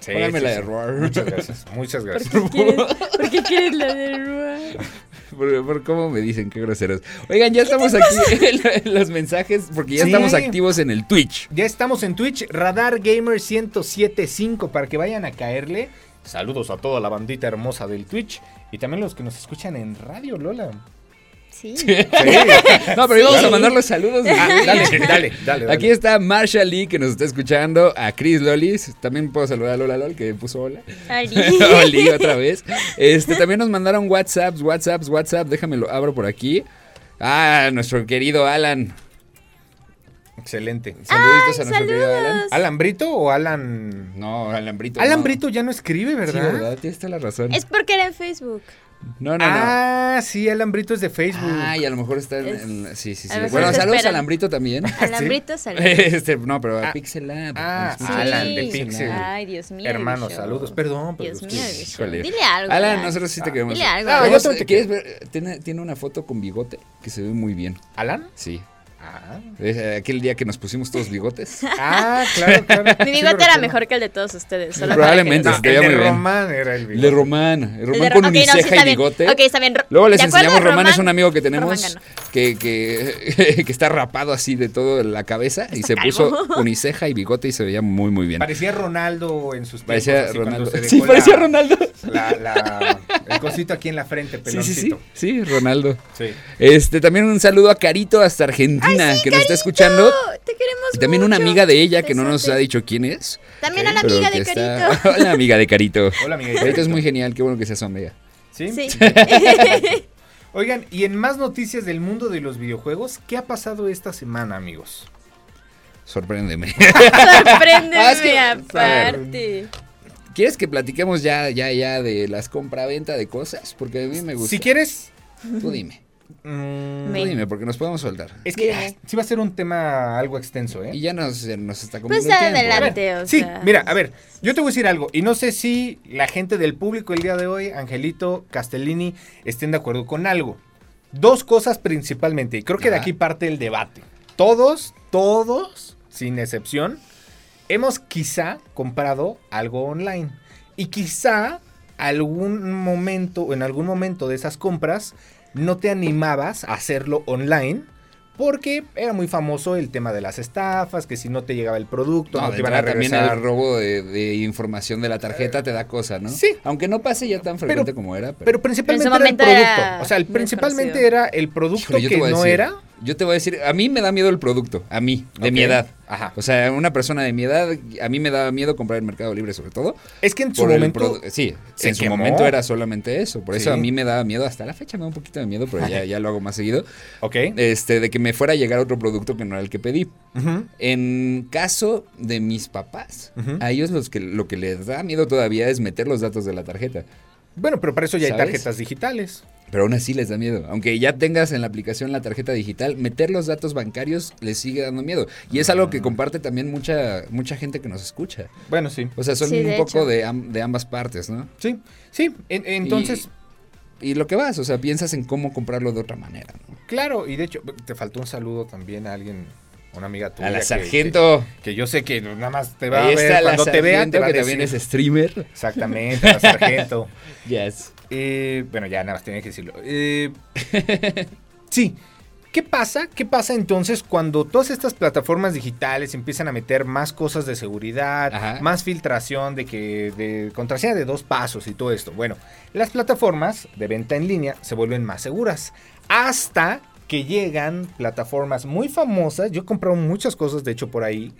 Speaker 5: Sí,
Speaker 6: Póngame
Speaker 5: sí,
Speaker 6: la
Speaker 5: sí.
Speaker 6: Ah. de Roar.
Speaker 5: Muchas gracias, muchas gracias.
Speaker 3: ¿Por qué quieres, por qué quieres la de Rua?
Speaker 6: Por, por cómo me dicen, qué groseros. Oigan, ya estamos aquí en, la- en los mensajes porque ya
Speaker 5: Sí.
Speaker 6: estamos activos en el Twitch.
Speaker 5: Ya estamos en Twitch, Radar Gamer 1075, para que vayan a caerle. Saludos a toda la bandita hermosa del Twitch y también los que nos escuchan en radio, Lola.
Speaker 3: Sí.
Speaker 6: No, pero íbamos a mandar los saludos.
Speaker 3: Ah,
Speaker 5: dale, dale, dale.
Speaker 6: Aquí está Marsha Lee que nos está escuchando, a Chris Lolis, también puedo saludar a Lola Lol que puso hola.
Speaker 3: Ari.
Speaker 6: Oli otra vez. Este también nos mandaron WhatsApps, WhatsApps, WhatsApp, déjamelo abro por aquí. Ah, nuestro querido Alan.
Speaker 5: Excelente.
Speaker 6: Saluditos a nuestro querido Alan.
Speaker 3: Ah, Saludos.
Speaker 5: ¿Alan Brito o Alan...?
Speaker 6: No, Alambrito.
Speaker 5: Alan
Speaker 6: no.
Speaker 5: Brito ya no escribe,
Speaker 6: Sí,
Speaker 5: ¿verdad?
Speaker 6: ¿verdad? Tienes toda la razón.
Speaker 3: Es porque era en Facebook.
Speaker 6: No, no, no. Ah,
Speaker 5: Ah, sí, Alan Brito es de Facebook.
Speaker 6: Ay, a lo mejor está en,
Speaker 3: Es-
Speaker 6: en- sí, sí,
Speaker 3: a
Speaker 6: sí.
Speaker 3: lo mejor
Speaker 6: Bueno,
Speaker 3: se
Speaker 6: saludos a
Speaker 3: esperan.
Speaker 6: Alambrito también.
Speaker 3: Alambrito, saludos.
Speaker 6: Este, no, pero a
Speaker 5: Ah.
Speaker 6: Pixel Lab.
Speaker 5: Ah,
Speaker 6: Nos
Speaker 5: sí. Alan de
Speaker 6: escucha.
Speaker 5: Pixel.
Speaker 3: Ay, Dios mío.
Speaker 5: Hermanos,
Speaker 3: Grisho.
Speaker 5: saludos. Perdón, pero
Speaker 3: Dios
Speaker 5: es
Speaker 3: mío,
Speaker 5: que-
Speaker 3: Grisho.
Speaker 6: Híjole.
Speaker 3: Dile algo.
Speaker 6: Alan, nosotros sí te queremos.
Speaker 3: Dile algo.
Speaker 5: No, Ah, yo
Speaker 6: Vamos,
Speaker 5: también te
Speaker 6: ¿Quieres ver? eh, Tiene, tiene una foto con bigote que se ve muy bien.
Speaker 5: ¿Alan?
Speaker 6: Sí.
Speaker 5: Ah,
Speaker 6: Es, eh, aquel día que nos pusimos todos bigotes.
Speaker 5: Ah, claro, claro.
Speaker 3: Mi bigote era mejor que el de todos ustedes. solo para que
Speaker 6: Probablemente.
Speaker 3: lo
Speaker 6: No,
Speaker 5: el
Speaker 6: se veía
Speaker 5: de
Speaker 6: muy bien.
Speaker 5: Román era el
Speaker 6: Le
Speaker 5: bigote.
Speaker 6: Román. El
Speaker 3: El
Speaker 6: Román
Speaker 3: de- ok,
Speaker 6: con
Speaker 3: no, sí,
Speaker 6: uniceja
Speaker 3: está
Speaker 6: y
Speaker 3: bien.
Speaker 6: bigote.
Speaker 3: Ok, está bien. Ro-
Speaker 6: Luego les
Speaker 3: ¿de acuerdo?
Speaker 6: enseñamos, Román es un amigo que
Speaker 3: Román
Speaker 6: tenemos
Speaker 3: ganó.
Speaker 6: que, que, que está rapado así de todo la cabeza y se puso uniceja y bigote y se veía muy, muy bien.
Speaker 5: Parecía Ronaldo en sus tiempos.
Speaker 6: Parecía
Speaker 5: así, cuando
Speaker 6: Ronaldo.
Speaker 5: se dejó
Speaker 6: Sí,
Speaker 5: la-
Speaker 6: parecía Ronaldo.
Speaker 5: La, la- el cosito aquí en la frente,
Speaker 6: Sí, sí, sí.
Speaker 5: peloncito.
Speaker 6: Sí, Ronaldo.
Speaker 5: Sí.
Speaker 6: Este, también un saludo a Carito hasta Argentina, que nos está escuchando.
Speaker 3: Oh, te queremos
Speaker 6: Y también una
Speaker 3: mucho.
Speaker 6: amiga de ella que no nos
Speaker 3: Besotes.
Speaker 6: ha dicho quién es.
Speaker 3: También a la
Speaker 6: pero
Speaker 3: amiga
Speaker 6: que
Speaker 3: de
Speaker 6: está-
Speaker 3: Carito.
Speaker 6: Hola, amiga de Carito.
Speaker 5: Hola, amiga de
Speaker 6: Carito este es
Speaker 5: Carito.
Speaker 6: muy genial, qué bueno que sea su amiga.
Speaker 5: ¿Sí?
Speaker 3: Sí.
Speaker 5: Oigan, y en más noticias del mundo de los videojuegos, ¿qué ha pasado esta semana, amigos?
Speaker 6: Sorpréndeme.
Speaker 3: Sorpréndeme
Speaker 6: Ah, es que-
Speaker 3: aparte.
Speaker 6: ¿Quieres que platiquemos ya, ya, ya de las compra-venta de cosas? Porque a mí me gusta.
Speaker 5: Si quieres...
Speaker 6: Tú dime.
Speaker 5: mm,
Speaker 6: Tú
Speaker 3: Me-
Speaker 6: dime, porque nos podemos soltar.
Speaker 5: es que
Speaker 3: Dime.
Speaker 5: ah, sí va a ser un tema algo extenso, ¿eh?
Speaker 6: Y ya nos, se nos está
Speaker 3: Pues
Speaker 6: comiendo el tiempo.
Speaker 5: A ver,
Speaker 3: adelante, o
Speaker 5: sí,
Speaker 3: sea.
Speaker 5: mira, a ver, yo te voy a decir algo, y no sé si la gente del público el día de hoy, Angelito, Castellini, estén de acuerdo con algo. Dos cosas principalmente, y creo que de
Speaker 6: Ajá.
Speaker 5: aquí parte el debate. Todos, todos, sin excepción, hemos quizá comprado algo online. Y quizá algún momento, o en algún momento de esas compras, no te animabas a hacerlo online. Porque era muy famoso el tema de las estafas, que si no te llegaba el producto,
Speaker 6: No,
Speaker 5: no,
Speaker 6: de
Speaker 5: te iban a
Speaker 6: entrada también
Speaker 5: regresar.
Speaker 6: el robo de, de información de la tarjeta te da cosa, ¿no?
Speaker 5: sí.
Speaker 6: Aunque no pase ya tan frecuente como era. Pero,
Speaker 5: Pero principalmente
Speaker 3: Pero en
Speaker 5: era el
Speaker 3: su momento
Speaker 5: producto.
Speaker 3: era
Speaker 5: o sea, el
Speaker 3: muy
Speaker 5: principalmente
Speaker 3: conocido.
Speaker 5: era el producto
Speaker 6: Híjole, yo te
Speaker 5: que
Speaker 6: voy a
Speaker 5: no
Speaker 6: decir,
Speaker 5: era.
Speaker 6: Yo te voy a decir, a mí me da miedo el producto, a mí, de
Speaker 5: Ok.
Speaker 6: mi edad.
Speaker 5: Ajá.
Speaker 6: O sea, una persona de mi edad, a mí me daba miedo comprar en Mercado Libre sobre todo.
Speaker 5: Es que en su
Speaker 6: por el
Speaker 5: momento.
Speaker 6: produ- sí,
Speaker 5: se
Speaker 6: en su
Speaker 5: quemó.
Speaker 6: momento era solamente eso. Por eso
Speaker 5: Sí.
Speaker 6: a mí me daba miedo, hasta la fecha me da un poquito de miedo, pero ya, ya lo hago más seguido.
Speaker 5: Ok.
Speaker 6: Este, de que me fuera a llegar otro producto que no era el que pedí.
Speaker 5: Ujú.
Speaker 6: En caso de mis papás,
Speaker 5: Ujú.
Speaker 6: a ellos los que, lo que les da miedo todavía es meter los datos de la tarjeta.
Speaker 5: Bueno, pero para eso ya hay
Speaker 6: ¿Sabes?
Speaker 5: tarjetas digitales.
Speaker 6: Pero aún así les da miedo. Aunque ya tengas en la aplicación la tarjeta digital, meter los datos bancarios les sigue dando miedo. Y es algo que
Speaker 5: Ah.
Speaker 6: comparte también mucha, mucha gente que nos escucha.
Speaker 5: Bueno, sí.
Speaker 6: O sea, son
Speaker 3: Sí,
Speaker 6: un
Speaker 3: de
Speaker 6: poco
Speaker 3: hecho.
Speaker 6: de, am- de ambas partes, ¿no?
Speaker 5: Sí, sí. en- entonces,
Speaker 6: Y, y lo que vas, o sea, piensas en cómo comprarlo de otra manera, ¿no?
Speaker 5: claro, y de hecho, te faltó un saludo también a alguien, a una amiga tuya.
Speaker 6: A la
Speaker 5: Pues que-
Speaker 6: sargento.
Speaker 5: Que, que yo sé que nada más te va a
Speaker 6: Ahí está
Speaker 5: ver
Speaker 6: la
Speaker 5: cuando te vea,
Speaker 6: sargento,
Speaker 5: te va a
Speaker 6: que también
Speaker 5: decir.
Speaker 6: es streamer.
Speaker 5: Exactamente, la sargento.
Speaker 6: Yes.
Speaker 5: Eh, bueno, ya nada más tenía que decirlo. Eh, sí. ¿Qué pasa? ¿Qué pasa entonces cuando todas estas plataformas digitales empiezan a meter más cosas de seguridad,
Speaker 6: Ajá.
Speaker 5: más filtración de que de contraseña de dos pasos y todo esto? Bueno, las plataformas de venta en línea se vuelven más seguras hasta que llegan plataformas muy famosas. Yo he comprado muchas cosas de hecho por ahí,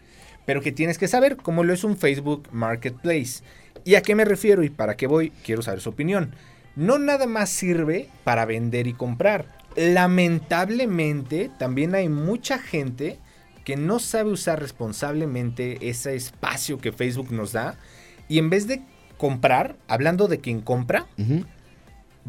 Speaker 5: pero que tienes que saber cómo lo es un Facebook Marketplace. ¿Y a qué me refiero y para qué voy? Quiero saber su opinión. No nada más sirve para vender y comprar. Lamentablemente también hay mucha gente que no sabe usar responsablemente ese espacio que Facebook nos da y en vez de comprar, hablando de quien compra,
Speaker 6: Ujú.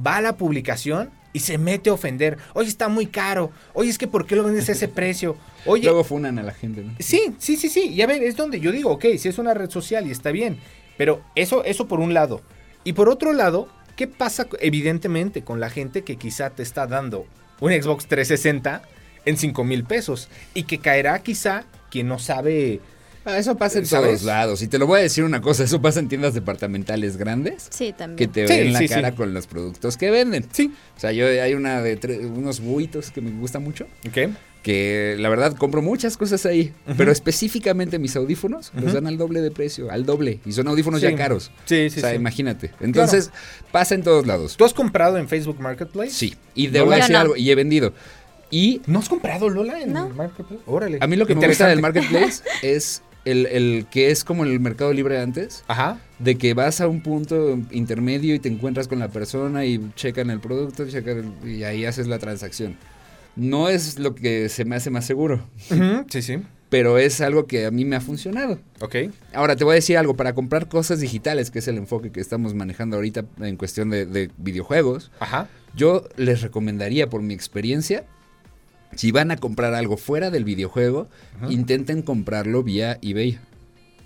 Speaker 5: va a la publicación y se mete a ofender. Oye, está muy caro. Oye, es que ¿por qué lo vendes a ese precio? Oye,
Speaker 6: Luego funan a la gente, ¿no?
Speaker 5: Sí, sí, sí, sí. Y a ver, es donde yo digo, ok, si es una red social y está bien. Pero eso, eso por un lado. Y por otro lado, ¿qué pasa co- evidentemente con la gente que quizá te está dando un Xbox 360 en 5 mil pesos? Y que caerá quizá quien no sabe...
Speaker 6: Ah, Eso pasa en
Speaker 5: ¿Sabes?
Speaker 6: todos lados. Y te lo voy a decir una cosa, eso pasa en tiendas departamentales grandes.
Speaker 3: Sí,
Speaker 6: Que
Speaker 3: también.
Speaker 6: te
Speaker 5: Sí,
Speaker 6: ven la
Speaker 5: sí, sí.
Speaker 6: cara con los productos que venden.
Speaker 5: Sí.
Speaker 6: O sea, yo hay una de tre- unos buitos que me gusta mucho.
Speaker 5: ¿Ok?
Speaker 6: Que la verdad compro muchas cosas ahí. Pero específicamente mis audífonos los
Speaker 5: Ujú.
Speaker 6: dan al doble de precio. Al doble. Y son audífonos
Speaker 5: Sí.
Speaker 6: ya caros.
Speaker 5: Sí, sí,
Speaker 6: o sea,
Speaker 5: sí.
Speaker 6: imagínate. Entonces, pasa en todos lados.
Speaker 5: ¿Tú has comprado en Facebook Marketplace?
Speaker 6: Sí. Y
Speaker 5: No,
Speaker 6: debo
Speaker 3: yo
Speaker 6: decir
Speaker 3: no.
Speaker 6: algo. Y he vendido. Y
Speaker 5: ¿No has comprado Lola en
Speaker 3: No.
Speaker 5: Marketplace? Órale.
Speaker 6: a mí lo que me gusta
Speaker 5: Interesante.
Speaker 6: del marketplace es el, el que es como el mercado libre antes.
Speaker 5: Ajá.
Speaker 6: de que vas a un punto intermedio y te encuentras con la persona y checan el producto checan el- y ahí haces la transacción. No es lo que se me hace más seguro,
Speaker 5: Ujú, Sí, sí.
Speaker 6: pero es algo que a mí me ha funcionado.
Speaker 5: Ok.
Speaker 6: Ahora te voy a decir algo, para comprar cosas digitales, que es el enfoque que estamos manejando ahorita en cuestión de, de videojuegos,
Speaker 5: Ajá.
Speaker 6: yo les recomendaría por mi experiencia, si van a comprar algo fuera del videojuego, intenten comprarlo vía eBay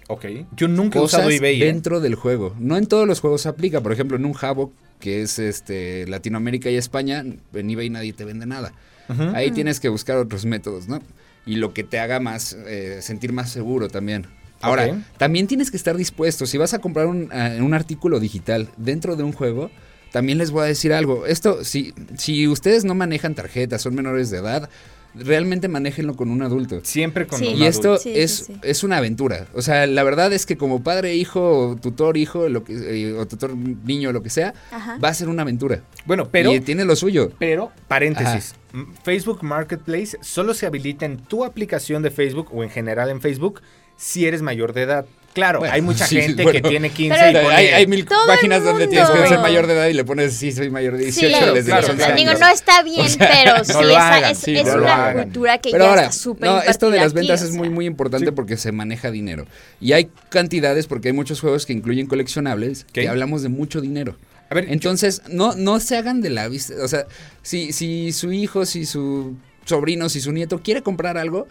Speaker 5: Ok. Yo nunca he
Speaker 6: cosas
Speaker 5: usado eBay. ¿eh?
Speaker 6: dentro del juego. No en todos los juegos se aplica. Por ejemplo, en un Havoc, que es este Latinoamérica y España, en eBay nadie te vende nada.
Speaker 5: Ujú.
Speaker 6: Ahí tienes que buscar otros métodos, ¿no? Y lo que te haga más eh, sentir más seguro también. Ahora,
Speaker 5: Ok.
Speaker 6: también tienes que estar dispuesto. Si vas a comprar un, eh, un artículo digital dentro de un juego, también les voy a decir algo. Esto, si, si ustedes no manejan tarjetas, son menores de edad, realmente manéjenlo con un adulto.
Speaker 5: Siempre con
Speaker 3: Sí.
Speaker 5: un
Speaker 6: Y
Speaker 5: adulto.
Speaker 6: esto
Speaker 3: Sí, sí,
Speaker 6: es,
Speaker 3: sí.
Speaker 6: es una aventura. O sea, la verdad es que como padre, hijo, o tutor, hijo, lo que, eh, o tutor, niño, lo que sea,
Speaker 3: Ajá.
Speaker 6: va a ser una aventura.
Speaker 5: Bueno, pero...
Speaker 6: y tiene lo suyo.
Speaker 5: Pero, paréntesis, m- Facebook Marketplace solo se habilita en tu aplicación de Facebook o en general en Facebook si eres mayor de edad. Claro,
Speaker 6: Bueno,
Speaker 5: hay mucha
Speaker 6: sí,
Speaker 5: gente
Speaker 6: bueno.
Speaker 5: que tiene 15 y
Speaker 3: Pero-
Speaker 5: pone-
Speaker 6: hay, hay mil
Speaker 3: Todo el
Speaker 6: páginas donde
Speaker 3: mundo.
Speaker 6: tienes que ser mayor de edad y le pones sí, soy mayor de 18
Speaker 3: sí,
Speaker 6: desde
Speaker 5: claro,
Speaker 6: los 11
Speaker 5: claro.
Speaker 6: años.
Speaker 3: Digo, no está bien, pero sí,
Speaker 5: lo
Speaker 3: esa
Speaker 5: hagan,
Speaker 3: es,
Speaker 6: sí,
Speaker 3: es
Speaker 6: no lo
Speaker 3: una
Speaker 5: hagan.
Speaker 3: cultura que
Speaker 6: Pero
Speaker 3: ya
Speaker 6: ahora,
Speaker 3: está súper
Speaker 6: no, esto de
Speaker 3: impartida
Speaker 6: las ventas
Speaker 3: aquí,
Speaker 6: es
Speaker 3: o
Speaker 6: muy,
Speaker 3: sea.
Speaker 6: muy importante
Speaker 5: Sí.
Speaker 6: porque se maneja dinero. Y hay cantidades, porque hay muchos juegos que incluyen coleccionables,
Speaker 5: Ok.
Speaker 6: que hablamos de mucho dinero.
Speaker 5: A ver,
Speaker 6: Entonces, no, no se hagan de la vista. O sea, si, si su hijo, si su sobrino, si su nieto quiere comprar algo,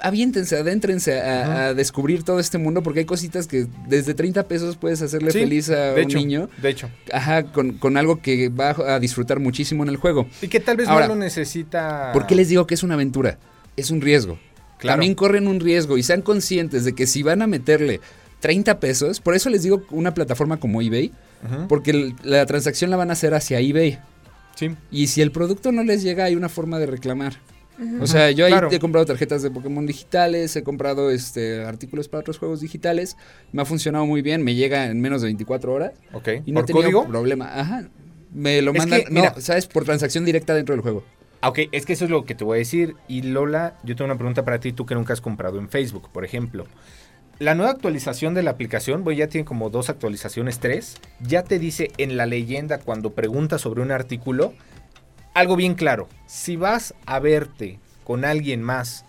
Speaker 6: aviéntense, adéntrense a, a descubrir todo este mundo, porque hay cositas que desde 30 pesos puedes hacerle
Speaker 5: sí,
Speaker 6: feliz a
Speaker 5: de
Speaker 6: un
Speaker 5: hecho,
Speaker 6: niño.
Speaker 5: De hecho.
Speaker 6: Ajá, con, con algo que va a disfrutar muchísimo en el juego.
Speaker 5: Y que tal vez
Speaker 6: Ahora,
Speaker 5: no lo necesita...
Speaker 6: ¿Por qué les digo que es una aventura? Es un riesgo.
Speaker 5: Claro.
Speaker 6: También corren un riesgo y sean conscientes de que si van a meterle 30 pesos, por eso les digo una plataforma como eBay,
Speaker 5: Ujú,
Speaker 6: porque el- la transacción la van a hacer hacia eBay.
Speaker 5: Sí.
Speaker 6: Y si el producto no les llega, hay una forma de reclamar. O sea, yo ahí
Speaker 5: Claro.
Speaker 6: he comprado tarjetas de Pokémon digitales, he comprado este artículos para otros juegos digitales, me ha funcionado muy bien, me llega en menos de 24 horas
Speaker 5: Ok.
Speaker 6: y no he
Speaker 5: ¿Por
Speaker 6: tenido
Speaker 5: código?
Speaker 6: problema. Ajá. Me lo
Speaker 5: Es
Speaker 6: mandan,
Speaker 5: que, mira.
Speaker 6: no, sabes, por transacción directa dentro del juego.
Speaker 5: Ah, Ok, es que eso es lo que te voy a decir. Y Lola, yo tengo una pregunta para ti, tú que nunca has comprado en Facebook, por ejemplo. La nueva actualización de la aplicación, bueno, ya tiene como dos actualizaciones, tres, ya te dice en la leyenda cuando preguntas sobre un artículo, algo bien claro. Si vas a verte con alguien más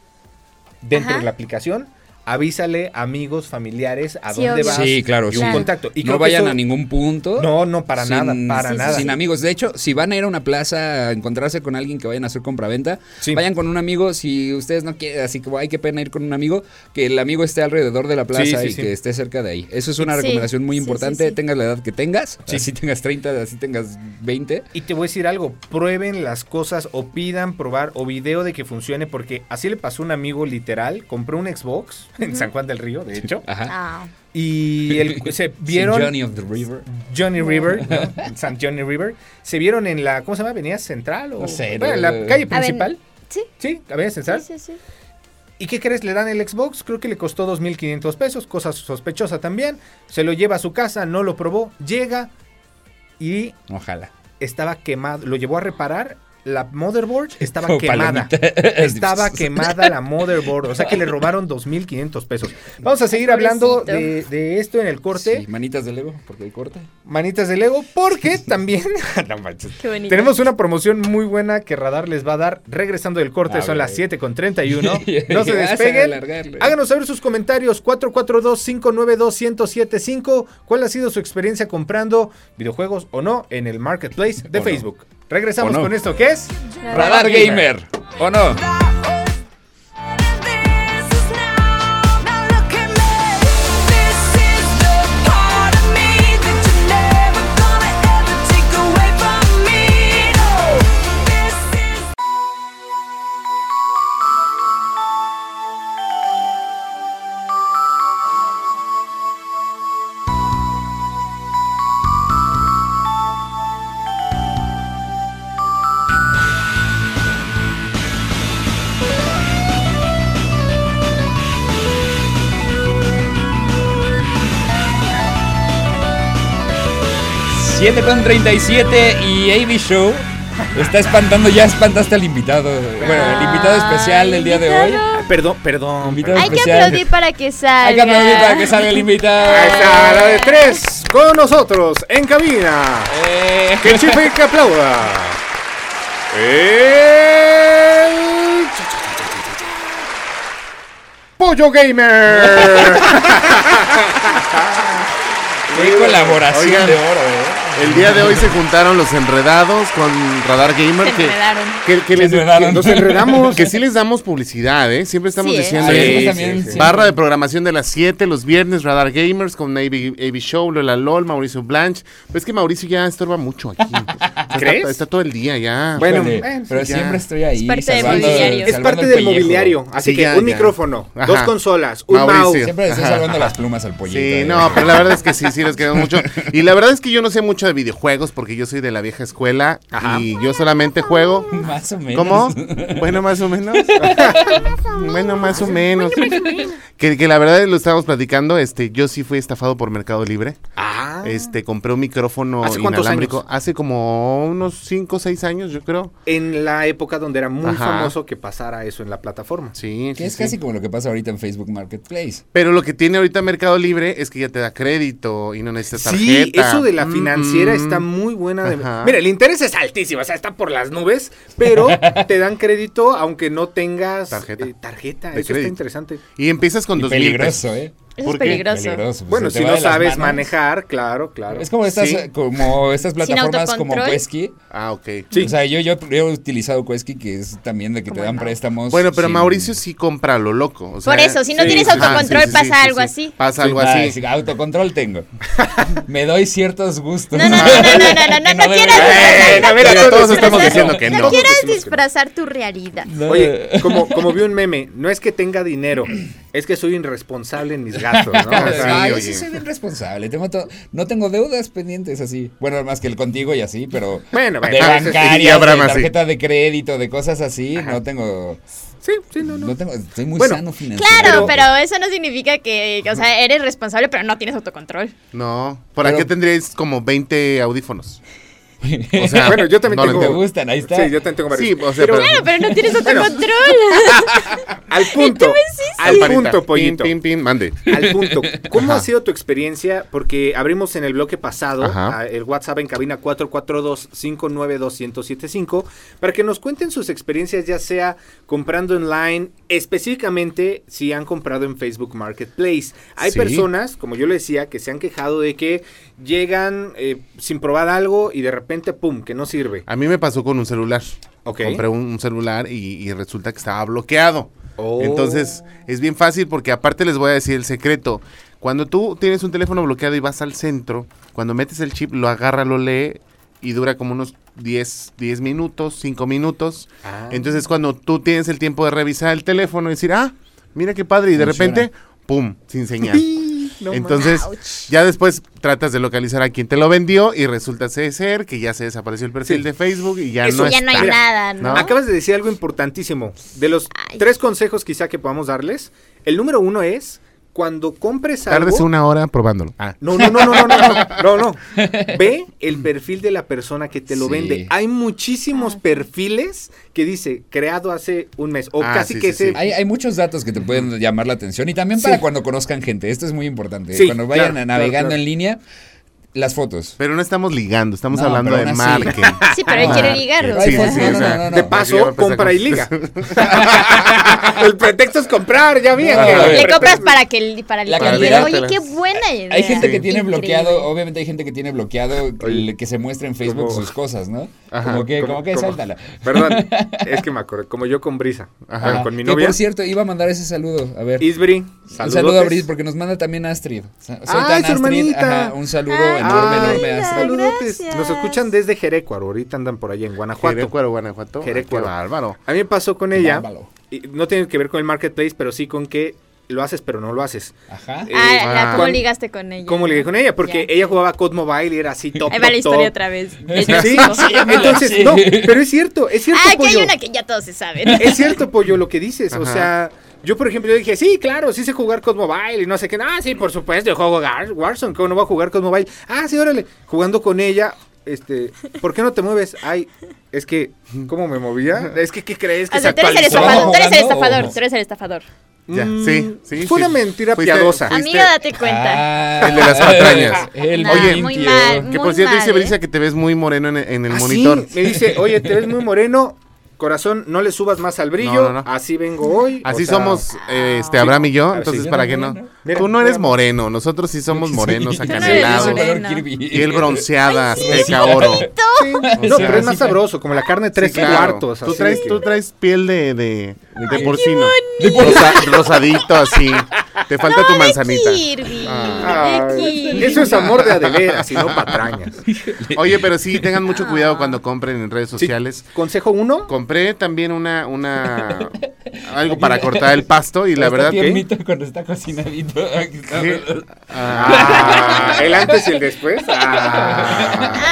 Speaker 5: dentro
Speaker 3: Ajá.
Speaker 5: de la aplicación, avísale amigos, familiares, a
Speaker 3: Sí,
Speaker 5: dónde
Speaker 3: obvio.
Speaker 5: vas.
Speaker 6: Sí, claro,
Speaker 5: Y un
Speaker 3: sí.
Speaker 5: contacto. Y creo
Speaker 6: no
Speaker 5: que
Speaker 6: vayan
Speaker 5: eso-
Speaker 6: a ningún punto.
Speaker 5: No, no, para
Speaker 6: sin-
Speaker 5: nada, para
Speaker 3: sí, sí,
Speaker 5: nada.
Speaker 6: Sin amigos. De hecho, si van a ir a una plaza a encontrarse con alguien que vayan a hacer compraventa,
Speaker 5: Sí.
Speaker 6: vayan con un amigo. Si ustedes no quieren, así que hay que pena ir con un amigo, que el amigo esté alrededor de la plaza
Speaker 5: Sí, sí,
Speaker 6: y
Speaker 5: sí.
Speaker 6: que esté cerca de ahí. Eso es una
Speaker 3: Sí,
Speaker 6: recomendación muy
Speaker 3: sí, sí,
Speaker 6: importante.
Speaker 3: sí.
Speaker 6: Tengas la edad que tengas,
Speaker 5: Sí.
Speaker 6: así tengas 30, así tengas 20.
Speaker 5: Y te voy a decir algo, prueben las cosas o pidan probar o video de que funcione porque así le pasó a un amigo literal, compró un Xbox en San Juan del Río, de hecho,
Speaker 6: Ajá.
Speaker 3: Ah,
Speaker 5: y el- se
Speaker 6: Sin
Speaker 5: vieron
Speaker 6: Johnny of the River.
Speaker 5: Johnny River, ¿no? San Johnny River, se vieron en la ¿cómo se llama? Avenida Central o
Speaker 6: No sé,
Speaker 5: bueno, en
Speaker 6: no-
Speaker 5: la calle
Speaker 3: A ver,
Speaker 5: principal.
Speaker 3: sí.
Speaker 5: Sí, Avenida Central.
Speaker 3: Sí, sí, sí.
Speaker 5: ¿Y qué crees? Le dan el Xbox, creo que le costó 2.500 pesos, cosa sospechosa también. Se lo lleva a su casa, no lo probó, llega y
Speaker 6: Ojalá.
Speaker 5: estaba quemado, lo llevó a reparar la motherboard estaba
Speaker 6: Como
Speaker 5: quemada.
Speaker 6: palomitas.
Speaker 5: Estaba quemada la motherboard. O sea que le robaron 2.500 pesos. Vamos a seguir hablando de,
Speaker 3: Pobrecito.
Speaker 5: de esto en el corte.
Speaker 6: Sí, manitas de Lego, porque hay corte.
Speaker 5: Manitas de Lego, porque también No manches.
Speaker 3: Qué bonito.
Speaker 5: tenemos una promoción muy buena que Radar les va a dar regresando del corte.
Speaker 6: A
Speaker 5: son
Speaker 6: ver.
Speaker 5: las 7 con 31. No se
Speaker 6: Vas a
Speaker 5: despeguen.
Speaker 6: alargarle.
Speaker 5: Háganos saber sus comentarios. 442-592-1075. ¿Cuál ha sido su experiencia comprando videojuegos o no en el marketplace de
Speaker 6: O no.
Speaker 5: Facebook? Regresamos
Speaker 6: O no.
Speaker 5: con esto que es.
Speaker 6: Radar Gamer. ¿O no?
Speaker 4: This is now. Now look at me. This is the part of me that you're never gonna ever take away from me. No. This is.
Speaker 6: Siete con 37 y AB Show está espantando, ya espantaste al invitado. Bueno, el invitado especial del día de hoy.
Speaker 3: Invítalo.
Speaker 5: Perdón, perdón.
Speaker 6: Invitado
Speaker 3: Hay que
Speaker 6: especial.
Speaker 3: aplaudir para que salga.
Speaker 6: Hay que aplaudir para que salga el
Speaker 5: Ahí está,
Speaker 6: invitado.
Speaker 5: la de tres. Con nosotros en cabina.
Speaker 6: Eh,
Speaker 5: Que chipe y que aplauda. El... Pollo Gamer.
Speaker 6: qué colaboración
Speaker 7: Oigan.
Speaker 6: de oro, eh.
Speaker 7: El día de hoy se juntaron los enredados con Radar Gamer.
Speaker 3: Se
Speaker 7: que,
Speaker 3: enredaron.
Speaker 7: que- que
Speaker 6: Se
Speaker 7: les-
Speaker 6: enredaron.
Speaker 7: que nos enredamos. Que sí les damos publicidad, ¿eh? Siempre estamos
Speaker 3: Sí, ¿eh?
Speaker 7: diciendo.
Speaker 6: Sí,
Speaker 7: eh,
Speaker 6: nosotros también siempre.
Speaker 7: Barra de programación de las 7 los viernes, Radar Gamers con AB, AB Show, Lola LOL, Mauricio Blanche. Pero es que Mauricio ya estorba mucho aquí. O sea, está-
Speaker 5: ¿Crees?
Speaker 7: Está, todo el día ya.
Speaker 5: Bueno,
Speaker 6: Híjole,
Speaker 5: bueno,
Speaker 6: pero
Speaker 7: sí, ya.
Speaker 6: siempre estoy ahí.
Speaker 3: Es parte del
Speaker 6: salvando-
Speaker 3: mobiliario. Es
Speaker 5: Es
Speaker 6: salvando
Speaker 5: parte
Speaker 6: el
Speaker 5: del
Speaker 6: pellejo.
Speaker 5: mobiliario. Así
Speaker 7: Sí,
Speaker 5: que
Speaker 7: ya,
Speaker 5: un
Speaker 7: ya.
Speaker 5: micrófono,
Speaker 7: Ajá.
Speaker 5: dos consolas, un
Speaker 7: Mauricio.
Speaker 5: mouse.
Speaker 6: Siempre le estoy salvando las plumas al pollito.
Speaker 7: Sí,
Speaker 6: eh.
Speaker 7: no, pero la verdad es que sí, sí los queremos mucho. Y la verdad es que yo no sé mucho de videojuegos porque yo soy de la vieja escuela
Speaker 5: Ajá.
Speaker 7: y yo solamente juego.
Speaker 6: Más o menos.
Speaker 7: ¿Cómo? Bueno, más o menos. bueno, más o menos. que, que la verdad lo estábamos platicando, este, yo sí fui estafado por Mercado Libre.
Speaker 5: Ah,
Speaker 7: Este, compré un micrófono
Speaker 5: ¿Hace cuántos
Speaker 7: inalámbrico
Speaker 5: años?
Speaker 7: hace como unos 5 o 6 años, yo creo.
Speaker 5: en la época donde era muy
Speaker 7: Ajá.
Speaker 5: famoso que pasara eso en la plataforma.
Speaker 7: Sí, sí,
Speaker 6: Que es
Speaker 7: sí.
Speaker 6: casi como lo que pasa ahorita en Facebook Marketplace.
Speaker 7: Pero lo que tiene ahorita Mercado Libre es que ya te da crédito y no necesitas
Speaker 5: Sí,
Speaker 7: tarjeta.
Speaker 5: eso de la financiera
Speaker 7: Mm,
Speaker 5: está muy buena. de-
Speaker 7: Ajá.
Speaker 5: Mira, el interés es altísimo, o sea, está por las nubes, pero te dan crédito aunque no tengas
Speaker 7: Tarjeta.
Speaker 5: eh, tarjeta.
Speaker 7: De
Speaker 5: Eso está
Speaker 7: crédito.
Speaker 5: interesante.
Speaker 7: Y empiezas con
Speaker 6: Y
Speaker 7: dos mil
Speaker 6: peligroso,
Speaker 7: pesos.
Speaker 6: ¿eh?
Speaker 3: Eso
Speaker 7: ¿Por
Speaker 3: es
Speaker 7: qué?
Speaker 3: peligroso.
Speaker 6: Peligroso. pues,
Speaker 5: bueno,
Speaker 6: se te
Speaker 5: si
Speaker 6: va
Speaker 5: no
Speaker 6: de las
Speaker 5: sabes
Speaker 6: manos.
Speaker 5: manejar, claro, claro.
Speaker 6: Es como estas, eh,
Speaker 7: Sí.
Speaker 6: como estas
Speaker 3: Sin
Speaker 6: plataformas como
Speaker 3: autocontrol.
Speaker 6: Quesky.
Speaker 7: Ah, ok.
Speaker 5: Sí.
Speaker 6: O sea, yo, yo, yo he utilizado Quesky, que es también de que te dan préstamos.
Speaker 7: Bueno, pero
Speaker 6: sin-
Speaker 7: Mauricio sí compra lo loco. o sea-
Speaker 3: Por eso, si no
Speaker 5: sí,
Speaker 3: tienes
Speaker 5: sí, sí.
Speaker 3: autocontrol,
Speaker 7: Ah, sí, sí,
Speaker 3: pasa
Speaker 7: sí, sí,
Speaker 3: algo
Speaker 7: sí.
Speaker 3: así.
Speaker 7: Pasa algo
Speaker 6: Ah,
Speaker 7: así.
Speaker 6: sí, autocontrol tengo. Me doy ciertos gustos.
Speaker 3: No, no, no, no, no, no, no, no,
Speaker 6: Que
Speaker 3: no
Speaker 6: debería-
Speaker 3: quieras-
Speaker 7: Mira,
Speaker 5: Mira,
Speaker 7: mira, todos
Speaker 5: todos
Speaker 7: estamos
Speaker 3: disfrazar-
Speaker 7: diciendo que
Speaker 3: no
Speaker 7: no.
Speaker 3: quieras
Speaker 5: Decimos que no.
Speaker 3: disfrazar tu realidad.
Speaker 6: No,
Speaker 5: Oye,
Speaker 6: eh,
Speaker 5: como, como vi un meme, no es que tenga dinero, es que soy irresponsable en mis gastos, ¿no? O sea,
Speaker 6: ay,
Speaker 7: oye.
Speaker 6: sí soy bien responsable. Tengo todo- no tengo deudas pendientes así. Bueno, más que el contigo y así, pero
Speaker 5: Bueno,
Speaker 6: de
Speaker 5: bueno,
Speaker 7: y
Speaker 6: bancaria, de
Speaker 7: Abraham así.
Speaker 6: tarjeta de crédito, de cosas así, no tengo,
Speaker 5: sí, sí, no, no.
Speaker 6: no tengo, estoy muy
Speaker 5: Bueno,
Speaker 6: sano financieramente.
Speaker 3: Claro, pero eso no significa que, o sea, eres responsable, pero no tienes autocontrol.
Speaker 7: No, ¿para
Speaker 5: Pero-
Speaker 7: qué tendríais como 20 audífonos? O
Speaker 5: Bueno, yo también tengo-
Speaker 6: te
Speaker 7: no lo entiendo.
Speaker 6: gustan, ahí está. pues.
Speaker 5: Sí, yo también tengo varios.
Speaker 7: Sí, o sea, pero-
Speaker 3: Claro, pero no tienes autocontrol.
Speaker 5: Al punto, al
Speaker 7: Lamparita.
Speaker 5: punto,
Speaker 7: Pim,
Speaker 5: pollito.
Speaker 7: Pim, pim, mande.
Speaker 5: Al punto. ¿Cómo
Speaker 7: Ajá.
Speaker 5: ha sido tu experiencia? Porque abrimos en el bloque pasado
Speaker 7: Ajá.
Speaker 5: a- el WhatsApp en cabina 442-592-1075 para que nos cuenten sus experiencias, ya sea comprando online, específicamente si han comprado en Facebook Marketplace. Hay
Speaker 7: Sí.
Speaker 5: personas, como yo le decía, que se han quejado de que llegan eh, sin probar algo y de repente, ¡pum!, que no sirve.
Speaker 7: A mí me pasó con un celular.
Speaker 5: Ok.
Speaker 7: Compré un, un celular y, y resulta que estaba bloqueado.
Speaker 5: Oh.
Speaker 7: Entonces, es bien fácil porque aparte les voy a decir el secreto. Cuando tú tienes un teléfono bloqueado y vas al centro, cuando metes el chip, lo agarra, lo lee y dura como unos 10, 10 minutos, 5 minutos.
Speaker 5: Ah.
Speaker 7: Entonces, cuando tú tienes el tiempo de revisar el teléfono y decir, ah, mira qué padre, y de
Speaker 6: Funciona.
Speaker 7: repente, ¡pum!, sin señal.
Speaker 5: No
Speaker 7: Entonces, ya después tratas de localizar a quien te lo vendió y resulta ser que ya se desapareció el perfil
Speaker 5: Sí.
Speaker 7: de Facebook y ya
Speaker 5: Eso
Speaker 7: no
Speaker 3: ya no hay
Speaker 7: está.
Speaker 3: nada, ¿no?
Speaker 7: ¿no?
Speaker 5: Acabas de decir algo importantísimo. De los
Speaker 3: Ay.
Speaker 5: tres consejos quizá que podamos darles, el número uno es cuando compres algo.
Speaker 7: Tárdese una hora probándolo. Ah.
Speaker 5: No, no, no, no, no, no, no, no, no. Ve el perfil de la persona que te lo
Speaker 6: Sí.
Speaker 5: vende. Hay
Speaker 3: Ah.
Speaker 5: muchísimos perfiles que dice creado hace un mes o
Speaker 7: Ah,
Speaker 5: casi
Speaker 7: sí,
Speaker 5: que
Speaker 7: sí,
Speaker 5: ese
Speaker 7: sí.
Speaker 6: Hay, hay muchos datos que te pueden llamar la atención y también para cuando conozcan gente. Esto es muy importante.
Speaker 5: Sí,
Speaker 6: cuando vayan
Speaker 5: claro,
Speaker 6: navegando
Speaker 5: claro, claro.
Speaker 6: en línea, las fotos.
Speaker 7: Pero no estamos ligando, estamos
Speaker 6: No,
Speaker 7: hablando
Speaker 6: pero
Speaker 7: de
Speaker 6: aún así.
Speaker 7: marketing. Ah,
Speaker 3: Sí, pero él quiere ligar,
Speaker 7: Marketing.
Speaker 3: o sea.
Speaker 6: No,
Speaker 7: o
Speaker 6: no,
Speaker 7: sea, pues,
Speaker 6: no, no,
Speaker 5: de
Speaker 6: no.
Speaker 5: paso compra y liga. el pretexto es comprar, ya vi.
Speaker 6: No,
Speaker 5: que-
Speaker 6: a ver.
Speaker 3: Le compras para que el- para el
Speaker 6: La
Speaker 3: cliente,
Speaker 6: cantidad-
Speaker 3: Oye, qué buena idea.
Speaker 6: Hay gente que tiene
Speaker 3: Increíble.
Speaker 6: bloqueado, obviamente hay gente que tiene bloqueado el que se muestra en Facebook
Speaker 5: Como-
Speaker 6: sus cosas, ¿no?
Speaker 7: Ajá,
Speaker 6: como que,
Speaker 5: Como-
Speaker 6: como que
Speaker 5: como-
Speaker 6: suéltala.
Speaker 5: Perdón, es que me acordé, como yo con Brisa,
Speaker 7: Ajá.
Speaker 5: bueno, con mi
Speaker 6: Que,
Speaker 5: novia.
Speaker 6: por cierto, iba a mandar ese saludo. A ver.
Speaker 5: Isbri,
Speaker 6: Un saludo a
Speaker 5: saludotes.
Speaker 6: Bris porque nos manda también Astrid. Sa- Soy
Speaker 5: Ay,
Speaker 6: tan
Speaker 5: su hermanita.
Speaker 6: ajá, un saludo
Speaker 3: Ah, Ay,
Speaker 6: enorme,
Speaker 5: Ay,
Speaker 6: enorme a Astrid.
Speaker 5: saludotes.
Speaker 3: gracias.
Speaker 5: Nos escuchan desde Jerecuaro, ahorita andan por allá en Guanajuato.
Speaker 7: Jerecuaro, Guanajuato.
Speaker 5: Jerecuaro.
Speaker 7: Álvaro.
Speaker 5: A mí me pasó con ella.
Speaker 6: Bárbaro.
Speaker 5: y no tiene que ver con el marketplace, pero sí con que lo haces, pero no lo haces.
Speaker 6: Ajá.
Speaker 5: Eh,
Speaker 3: Ah, la- ¿cómo
Speaker 5: cuan-
Speaker 3: ligaste con ella?
Speaker 5: ¿Cómo le dije con ella? Porque
Speaker 3: Ya.
Speaker 5: ella jugaba COD Mobile y era así top.
Speaker 3: Ahí va
Speaker 5: top,
Speaker 3: la historia
Speaker 5: top.
Speaker 3: otra vez.
Speaker 5: Sí,
Speaker 3: Desnudo.
Speaker 5: entonces,
Speaker 6: Sí.
Speaker 5: no, pero es cierto, es cierto.
Speaker 3: Ah, aquí hay
Speaker 5: pollo.
Speaker 3: una que ya todos se saben.
Speaker 5: Es cierto, pollo, lo que dices. O
Speaker 7: Ajá.
Speaker 5: sea, yo por ejemplo yo dije, sí, claro, sí sé jugar COD Mobile y no sé qué. Ah, sí, por supuesto, yo juego Gar- Warzone, ¿cómo no voy a jugar COD Mobile? Ah, sí, órale, jugando con ella. Este, ¿por qué no te mueves? Ay, es que, ¿cómo me movía? Es que, ¿qué crees? Que
Speaker 3: O sea, tú eres el
Speaker 5: actualizó.
Speaker 3: estafador, tú eres el
Speaker 6: ¿Jugando o
Speaker 3: estafador,
Speaker 6: no?
Speaker 3: tú eres el estafador.
Speaker 7: Ya,
Speaker 5: Mm,
Speaker 7: sí, sí.
Speaker 5: Fue
Speaker 7: sí.
Speaker 5: una mentira
Speaker 7: Fuiste-
Speaker 5: piadosa.
Speaker 7: fuiste-
Speaker 3: Amiga, date cuenta.
Speaker 6: Ah,
Speaker 7: El de las patrañas.
Speaker 6: El
Speaker 3: Nah,
Speaker 7: Oye,
Speaker 3: muy
Speaker 6: limpio.
Speaker 3: mal.
Speaker 7: Que por
Speaker 3: Muy
Speaker 7: cierto dice
Speaker 3: mal, ¿eh?
Speaker 7: Brisa que te ves muy moreno en, en el
Speaker 5: Así,
Speaker 7: monitor.
Speaker 5: Ah, me dice, oye, te ves muy moreno, corazón, no le subas más al brillo,
Speaker 7: No, no, no.
Speaker 5: así vengo hoy.
Speaker 7: Así
Speaker 5: o sea,
Speaker 7: somos eh, este Abraham y yo,
Speaker 5: Ah,
Speaker 7: entonces
Speaker 5: sí.
Speaker 7: para
Speaker 6: Yo
Speaker 7: que
Speaker 6: no,
Speaker 7: no.
Speaker 6: no,
Speaker 5: no.
Speaker 7: Tú no eres
Speaker 5: Mira,
Speaker 7: moreno, nosotros sí somos morenos
Speaker 6: Sí.
Speaker 7: acanelados.
Speaker 3: Yo no eres moreno.
Speaker 7: Y el bronceada, seca oro.
Speaker 5: sí, No, pero es más
Speaker 6: sí.
Speaker 5: sabroso, como la carne tres
Speaker 7: Sí, claro.
Speaker 5: cuartos.
Speaker 7: Tú
Speaker 5: así
Speaker 7: traes,
Speaker 5: de que-
Speaker 7: tú traes piel de, de, de porcino. Rosa- rosadito así. Te falta tu manzanita.
Speaker 3: Kirby.
Speaker 5: Ah,
Speaker 3: de Kirby.
Speaker 5: eso es amor de adeveras y no patrañas.
Speaker 7: Oye, pero sí, tengan mucho
Speaker 3: Ah.
Speaker 7: cuidado cuando compren en redes sociales.
Speaker 5: Consejo uno.
Speaker 7: Compré también una, una algo para cortar el pasto y la verdad
Speaker 6: Está
Speaker 7: que
Speaker 6: tiernito cuando está cocinadito.
Speaker 7: ¿Qué?
Speaker 5: Ah, el antes y el después. Ah,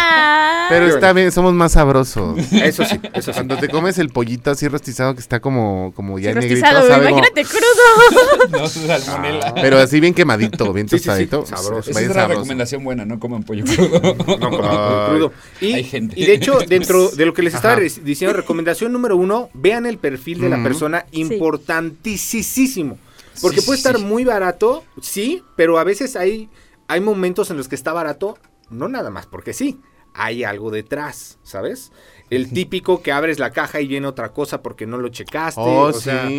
Speaker 3: Ah,
Speaker 7: pero está bien, somos más sabrosos.
Speaker 5: eso sí, eso sí.
Speaker 7: Cuando te comes el pollito así rostizado que está como, como ya
Speaker 3: sí,
Speaker 7: negrito,
Speaker 3: rostizado,
Speaker 7: sabe como-
Speaker 3: imagínate crudo.
Speaker 6: No, su salmonela.
Speaker 7: pero así bien quemadito, bien
Speaker 5: Sí, sí, sí,
Speaker 7: tostadito.
Speaker 5: Ah, pues, sabroso.
Speaker 6: Esa
Speaker 7: es-
Speaker 6: es
Speaker 7: vaya
Speaker 6: una
Speaker 7: sabroso.
Speaker 6: recomendación buena, no coman pollo crudo.
Speaker 5: No, como
Speaker 7: Ay.
Speaker 5: crudo. Y,
Speaker 6: Hay gente.
Speaker 5: y de hecho, dentro de lo que les estaba
Speaker 7: Pues, Ajá.
Speaker 5: re- diciendo, recomendación número uno, vean el perfil de la
Speaker 7: Ujú.
Speaker 5: persona, importantísimo. Porque
Speaker 6: Sí,
Speaker 5: puede
Speaker 6: sí,
Speaker 5: estar
Speaker 6: sí.
Speaker 5: muy barato, sí, pero a veces hay, hay momentos en los que está barato, no nada más porque sí, hay algo detrás, ¿sabes? El típico que abres la caja y viene otra cosa porque no lo checaste.
Speaker 7: Oh,
Speaker 5: o
Speaker 7: sí.
Speaker 5: sea,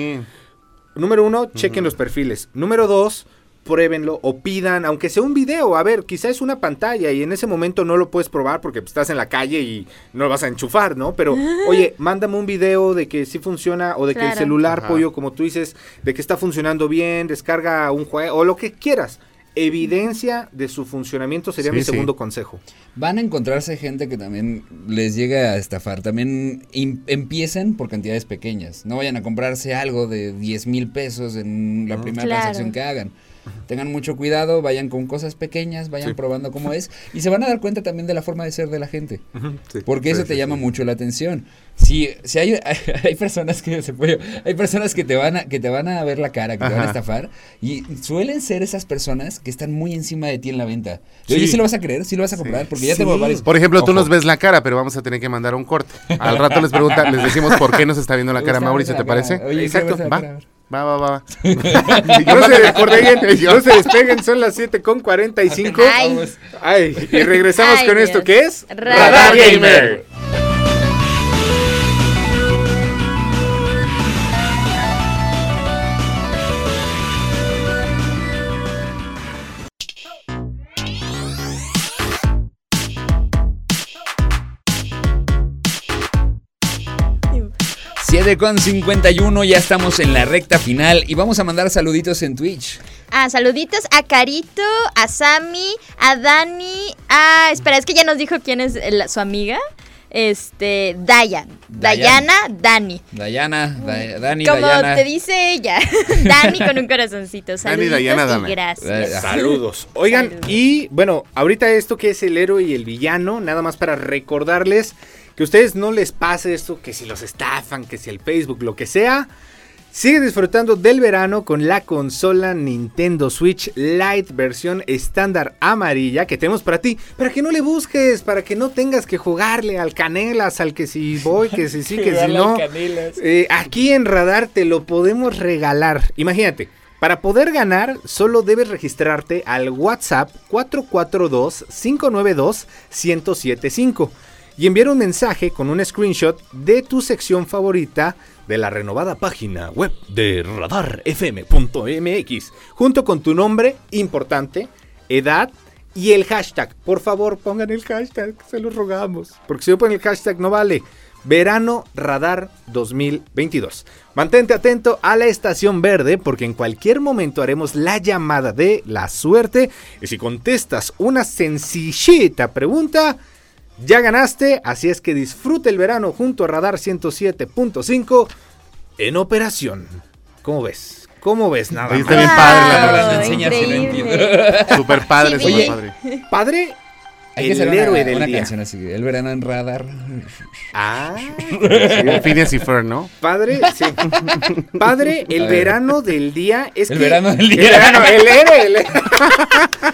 Speaker 5: Número uno, chequen los perfiles. Número dos, pruébenlo o pidan, aunque sea un video. A ver, quizá es una pantalla y en ese momento no lo puedes probar porque estás en la calle y no lo vas a enchufar, ¿no? Pero, oye, mándame un video de que sí funciona o de que el
Speaker 3: Claro.
Speaker 5: celular,
Speaker 7: Ajá.
Speaker 5: pollo, como tú dices, de que está funcionando bien, descarga un juego o lo que quieras. Evidencia de su funcionamiento sería
Speaker 7: Sí,
Speaker 5: mi
Speaker 7: sí.
Speaker 5: segundo consejo.
Speaker 6: Van a encontrarse gente que también les llega a estafar. También im- empiecen por cantidades pequeñas. No vayan a comprarse algo de 10 mil pesos en la primera
Speaker 3: Claro.
Speaker 6: transacción que hagan. Tengan mucho cuidado, vayan con cosas pequeñas, vayan
Speaker 5: Sí.
Speaker 6: probando cómo es. Y se van a dar cuenta también de la forma de ser de la gente. Porque eso te llama mucho la atención. Si, si hay, hay personas que se puede- hay personas que te van a, que te van a ver la cara, que te van a
Speaker 7: Ajá.
Speaker 6: estafar, y suelen ser esas personas que están muy encima de ti en la venta. De,
Speaker 7: Sí.
Speaker 6: Oye, si lo vas a creer, si lo vas a comprar, porque ya
Speaker 5: Sí.
Speaker 6: te voy a varios.
Speaker 7: Por ejemplo, tú
Speaker 6: Ojo.
Speaker 7: nos ves la cara, pero vamos a tener que mandar un corte. Al rato les pregunta, les decimos por qué nos está viendo la
Speaker 6: Me
Speaker 7: cara
Speaker 6: gusta
Speaker 7: Mauricio, ¿te
Speaker 6: verse la cara.
Speaker 7: parece?
Speaker 6: Oye,
Speaker 7: Exacto,
Speaker 6: quiero verse la
Speaker 7: va.
Speaker 6: cara, a ver.
Speaker 7: Va, va, va, va. Y yo
Speaker 5: No se
Speaker 7: mando el corte.
Speaker 5: despeguen,
Speaker 7: Yo-
Speaker 5: no se despeguen, son las 7 con 45.
Speaker 3: Ay.
Speaker 5: Ay, y regresamos
Speaker 3: Ay,
Speaker 5: con
Speaker 3: Dios.
Speaker 5: esto que es
Speaker 3: Radar
Speaker 5: Gamer.
Speaker 6: Siete con 51, ya estamos en la recta final y vamos a mandar saluditos en Twitch.
Speaker 3: Ah, saluditos a Carito, a Sami, a Dani. Ah, espera, es que ya nos dijo quién es el- su amiga. Este, Dayan.
Speaker 6: Dayan.
Speaker 3: Dayana, Dani.
Speaker 6: Dayana, Da- Dani,
Speaker 3: Como
Speaker 6: Dayana.
Speaker 3: te dice ella, Dani con un corazoncito. Saluditos
Speaker 7: Dayana,
Speaker 3: y
Speaker 7: Dana.
Speaker 6: Eh,
Speaker 3: gracias. Ah,
Speaker 6: ajá.
Speaker 5: Saludos. Oigan,
Speaker 3: Saludos.
Speaker 5: y bueno, ahorita esto que es el héroe y el villano, nada más para recordarles que a ustedes no les pase esto, que si los estafan, que si el Facebook, lo que sea,
Speaker 2: Sigue disfrutando del verano con la consola Nintendo Switch Lite versión estándar amarilla que tenemos para ti, para que no le busques, para que no tengas que jugarle al canelas, al que si voy, que si sí, que si no. Eh, aquí en Radar te lo podemos regalar. Imagínate, para poder ganar solo debes registrarte al WhatsApp 442-592-1075 y enviar un mensaje con un screenshot de tu sección favorita de la renovada página web de radarfm.mx junto con tu nombre importante, edad y el hashtag. Por favor, pongan el hashtag, se lo rogamos. Porque si no ponen el hashtag no vale. Verano Radar 2022. Mantente atento a la estación verde porque en cualquier momento haremos la llamada de la suerte. Y si contestas una sencillita pregunta, ya ganaste. Así es que disfruta el verano junto a Radar 107.5 en operación. ¿Cómo ves? ¿Cómo ves? Nada
Speaker 7: Ahí está
Speaker 2: más.
Speaker 7: bien padre, la
Speaker 4: Guau,
Speaker 7: verdad.
Speaker 6: Enseña si no
Speaker 4: increíble.
Speaker 7: Super padre,
Speaker 4: Sí,
Speaker 7: super
Speaker 4: vi.
Speaker 7: padre.
Speaker 2: Padre,
Speaker 6: Hay que
Speaker 2: el
Speaker 6: hacer una-
Speaker 2: héroe
Speaker 6: una,
Speaker 2: del día.
Speaker 6: canción así, el verano en radar.
Speaker 2: Ah,
Speaker 7: Como Phineas y Fer, ¿no?
Speaker 2: Padre, sí. Padre, el
Speaker 6: A ver.
Speaker 2: verano del día es
Speaker 6: El
Speaker 2: que-
Speaker 6: verano del
Speaker 2: El
Speaker 6: día.
Speaker 2: verano, el héroe, el héroe.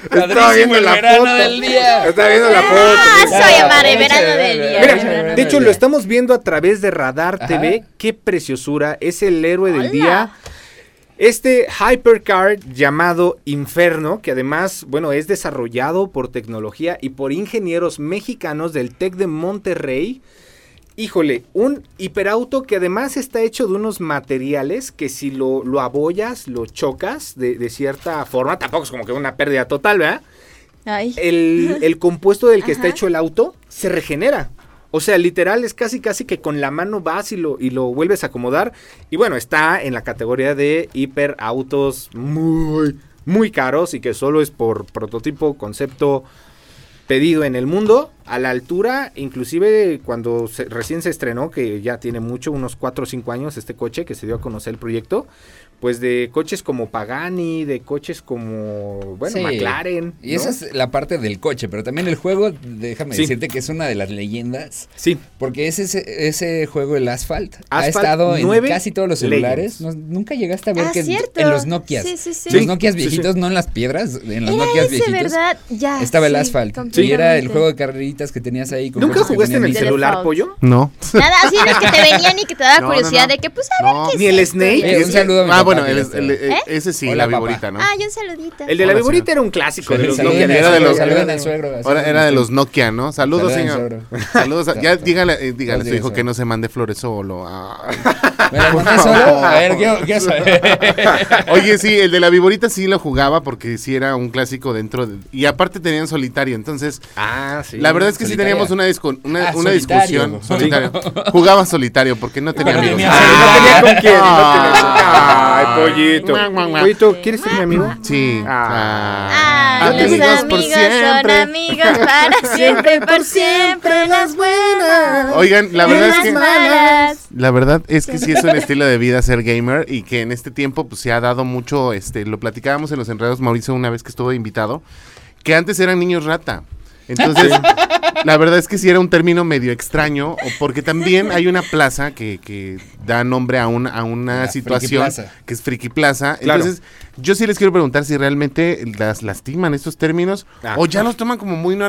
Speaker 2: Estaba
Speaker 6: Padrísimo,
Speaker 2: viendo
Speaker 6: el
Speaker 2: la
Speaker 6: verano
Speaker 2: foto.
Speaker 6: del día.
Speaker 2: Estaba viendo la
Speaker 4: Ah,
Speaker 2: foto.
Speaker 4: soy
Speaker 6: Ah,
Speaker 4: amare,
Speaker 6: aprovecha,
Speaker 4: verano
Speaker 6: verano,
Speaker 4: del día.
Speaker 6: verano.
Speaker 2: Mira,
Speaker 4: verano del
Speaker 2: de hecho
Speaker 4: día.
Speaker 2: lo estamos viendo a través de Radar
Speaker 6: Ajá.
Speaker 2: TV. Qué preciosura. Es el héroe del
Speaker 4: Hola.
Speaker 2: día. Este hypercar llamado Inferno, que además, bueno, es desarrollado por tecnología y por ingenieros mexicanos del TEC de Monterrey. Híjole, un hiperauto que además está hecho de unos materiales que si lo, lo abollas, lo chocas de, de cierta forma, tampoco es como que una pérdida total, ¿verdad?
Speaker 4: Ay.
Speaker 2: eh, el, el compuesto del que está
Speaker 4: Ajá.
Speaker 2: hecho el auto se regenera. O sea, literal es casi casi que con la mano vas y lo, y lo vuelves a acomodar. Y bueno, está en la categoría de hiperautos muy, muy caros y que solo es por prototipo, concepto pedido en el mundo. A la altura, inclusive cuando se- recién se estrenó, que ya tiene mucho, unos 4 o 5 años este coche que se dio a conocer el proyecto. Pues de coches como Pagani, de coches como, bueno,
Speaker 6: Sí.
Speaker 2: McLaren.
Speaker 6: Y
Speaker 2: ¿no?
Speaker 6: esa es la parte del coche, pero también el juego, déjame
Speaker 2: Sí.
Speaker 6: decirte que es una de las leyendas.
Speaker 2: Sí,
Speaker 6: Porque es ese, ese juego, el Asphalt, ha
Speaker 2: Asphalt
Speaker 6: estado en
Speaker 2: 9
Speaker 6: casi todos los celulares. No- nunca llegaste a ver
Speaker 4: Ah,
Speaker 6: que en-
Speaker 4: cierto.
Speaker 6: en los Nokias.
Speaker 4: Sí, sí, sí.
Speaker 6: Los
Speaker 2: Sí,
Speaker 6: Nokias
Speaker 2: sí, sí.
Speaker 6: viejitos, no en las piedras, en los
Speaker 4: Era
Speaker 6: Nokias
Speaker 4: ese,
Speaker 6: viejitos.
Speaker 4: ¿verdad? Ya.
Speaker 6: Estaba el
Speaker 4: sí,
Speaker 6: Asphalt. Y era
Speaker 4: completamente.
Speaker 6: el juego de carreritas que tenías ahí. con
Speaker 2: ¿Nunca
Speaker 6: cosas que
Speaker 2: jugaste en
Speaker 6: tenían
Speaker 2: el
Speaker 6: ahí.
Speaker 2: celular,
Speaker 4: Telefax.
Speaker 2: pollo?
Speaker 7: No.
Speaker 4: Nada, así de que te venían y que te daba
Speaker 7: No, no,
Speaker 4: curiosidad
Speaker 7: no.
Speaker 4: de que, pues, a ver
Speaker 7: No.
Speaker 4: qué es
Speaker 2: Ni el
Speaker 4: esto?
Speaker 2: Snake.
Speaker 6: Eh, un saludo a mi
Speaker 7: Ah,
Speaker 6: papá,
Speaker 7: bueno,
Speaker 6: que
Speaker 7: el-
Speaker 6: ya está.
Speaker 7: el- el-
Speaker 4: ¿Eh? Ah,
Speaker 7: ese sí,
Speaker 6: Hola,
Speaker 7: la
Speaker 6: papá.
Speaker 7: viborita, ¿no?
Speaker 4: Ay, un saludito.
Speaker 2: El de la
Speaker 7: Hola,
Speaker 2: viborita era un clásico de los
Speaker 6: Saluden
Speaker 2: Nokia.
Speaker 6: al
Speaker 7: Era de
Speaker 6: suegro,
Speaker 7: los-
Speaker 6: saluden al suegro,
Speaker 7: Ahora
Speaker 6: saluden
Speaker 7: era
Speaker 6: al
Speaker 7: de los
Speaker 6: suegro.
Speaker 7: Nokia, ¿no? Saludos,
Speaker 6: Saluden,
Speaker 7: señor.
Speaker 6: suegro.
Speaker 7: Saludos. a- Ya
Speaker 6: Exacto.
Speaker 7: dígale, eh, dígale a su
Speaker 6: Saludos,
Speaker 7: hijo que
Speaker 6: suegro.
Speaker 7: no se mande flores solo. Ah.
Speaker 6: ¿Me la mandé solo? A ver, quiero, quiero saber.
Speaker 7: Oye, sí, el de la viborita sí lo jugaba porque sí era un clásico dentro. de- y aparte tenían solitario, entonces
Speaker 2: Ah, sí.
Speaker 7: la verdad es que
Speaker 6: solitaria.
Speaker 7: sí teníamos una, discu- una,
Speaker 6: Ah,
Speaker 7: una
Speaker 6: solitario.
Speaker 7: discusión. Solitario. Jugaba solitario porque no tenía
Speaker 6: Porque tenía-
Speaker 7: amigos.
Speaker 6: Ah,
Speaker 2: no tenía con quién. No
Speaker 7: Ah.
Speaker 2: tenía con... Ay, pollito. Pollito, ¿quieres ser mi amigo?
Speaker 7: Sí.
Speaker 4: Ah,
Speaker 7: Ah,
Speaker 4: los
Speaker 7: amigos
Speaker 4: amigos,
Speaker 7: por
Speaker 4: son
Speaker 7: siempre.
Speaker 4: amigos para siempre, por siempre, las buenas.
Speaker 7: Oigan, la
Speaker 4: y
Speaker 7: verdad es
Speaker 4: las
Speaker 7: que.
Speaker 4: malas.
Speaker 7: La verdad es que sí es un estilo de vida ser gamer y que en este tiempo pues, se ha dado mucho, este, lo platicábamos en los enredos Mauricio una vez que estuvo invitado, que antes eran niños rata. Entonces, la verdad es que sí era un término medio extraño, o porque también hay una plaza que, que da nombre a, un, a
Speaker 6: La
Speaker 7: una
Speaker 6: Friki
Speaker 7: situación
Speaker 6: Plaza.
Speaker 7: que es Friki Plaza.
Speaker 2: Claro.
Speaker 7: Entonces, yo sí les quiero preguntar si realmente las lastiman estos términos
Speaker 2: Ah.
Speaker 7: o ya los toman como muy na-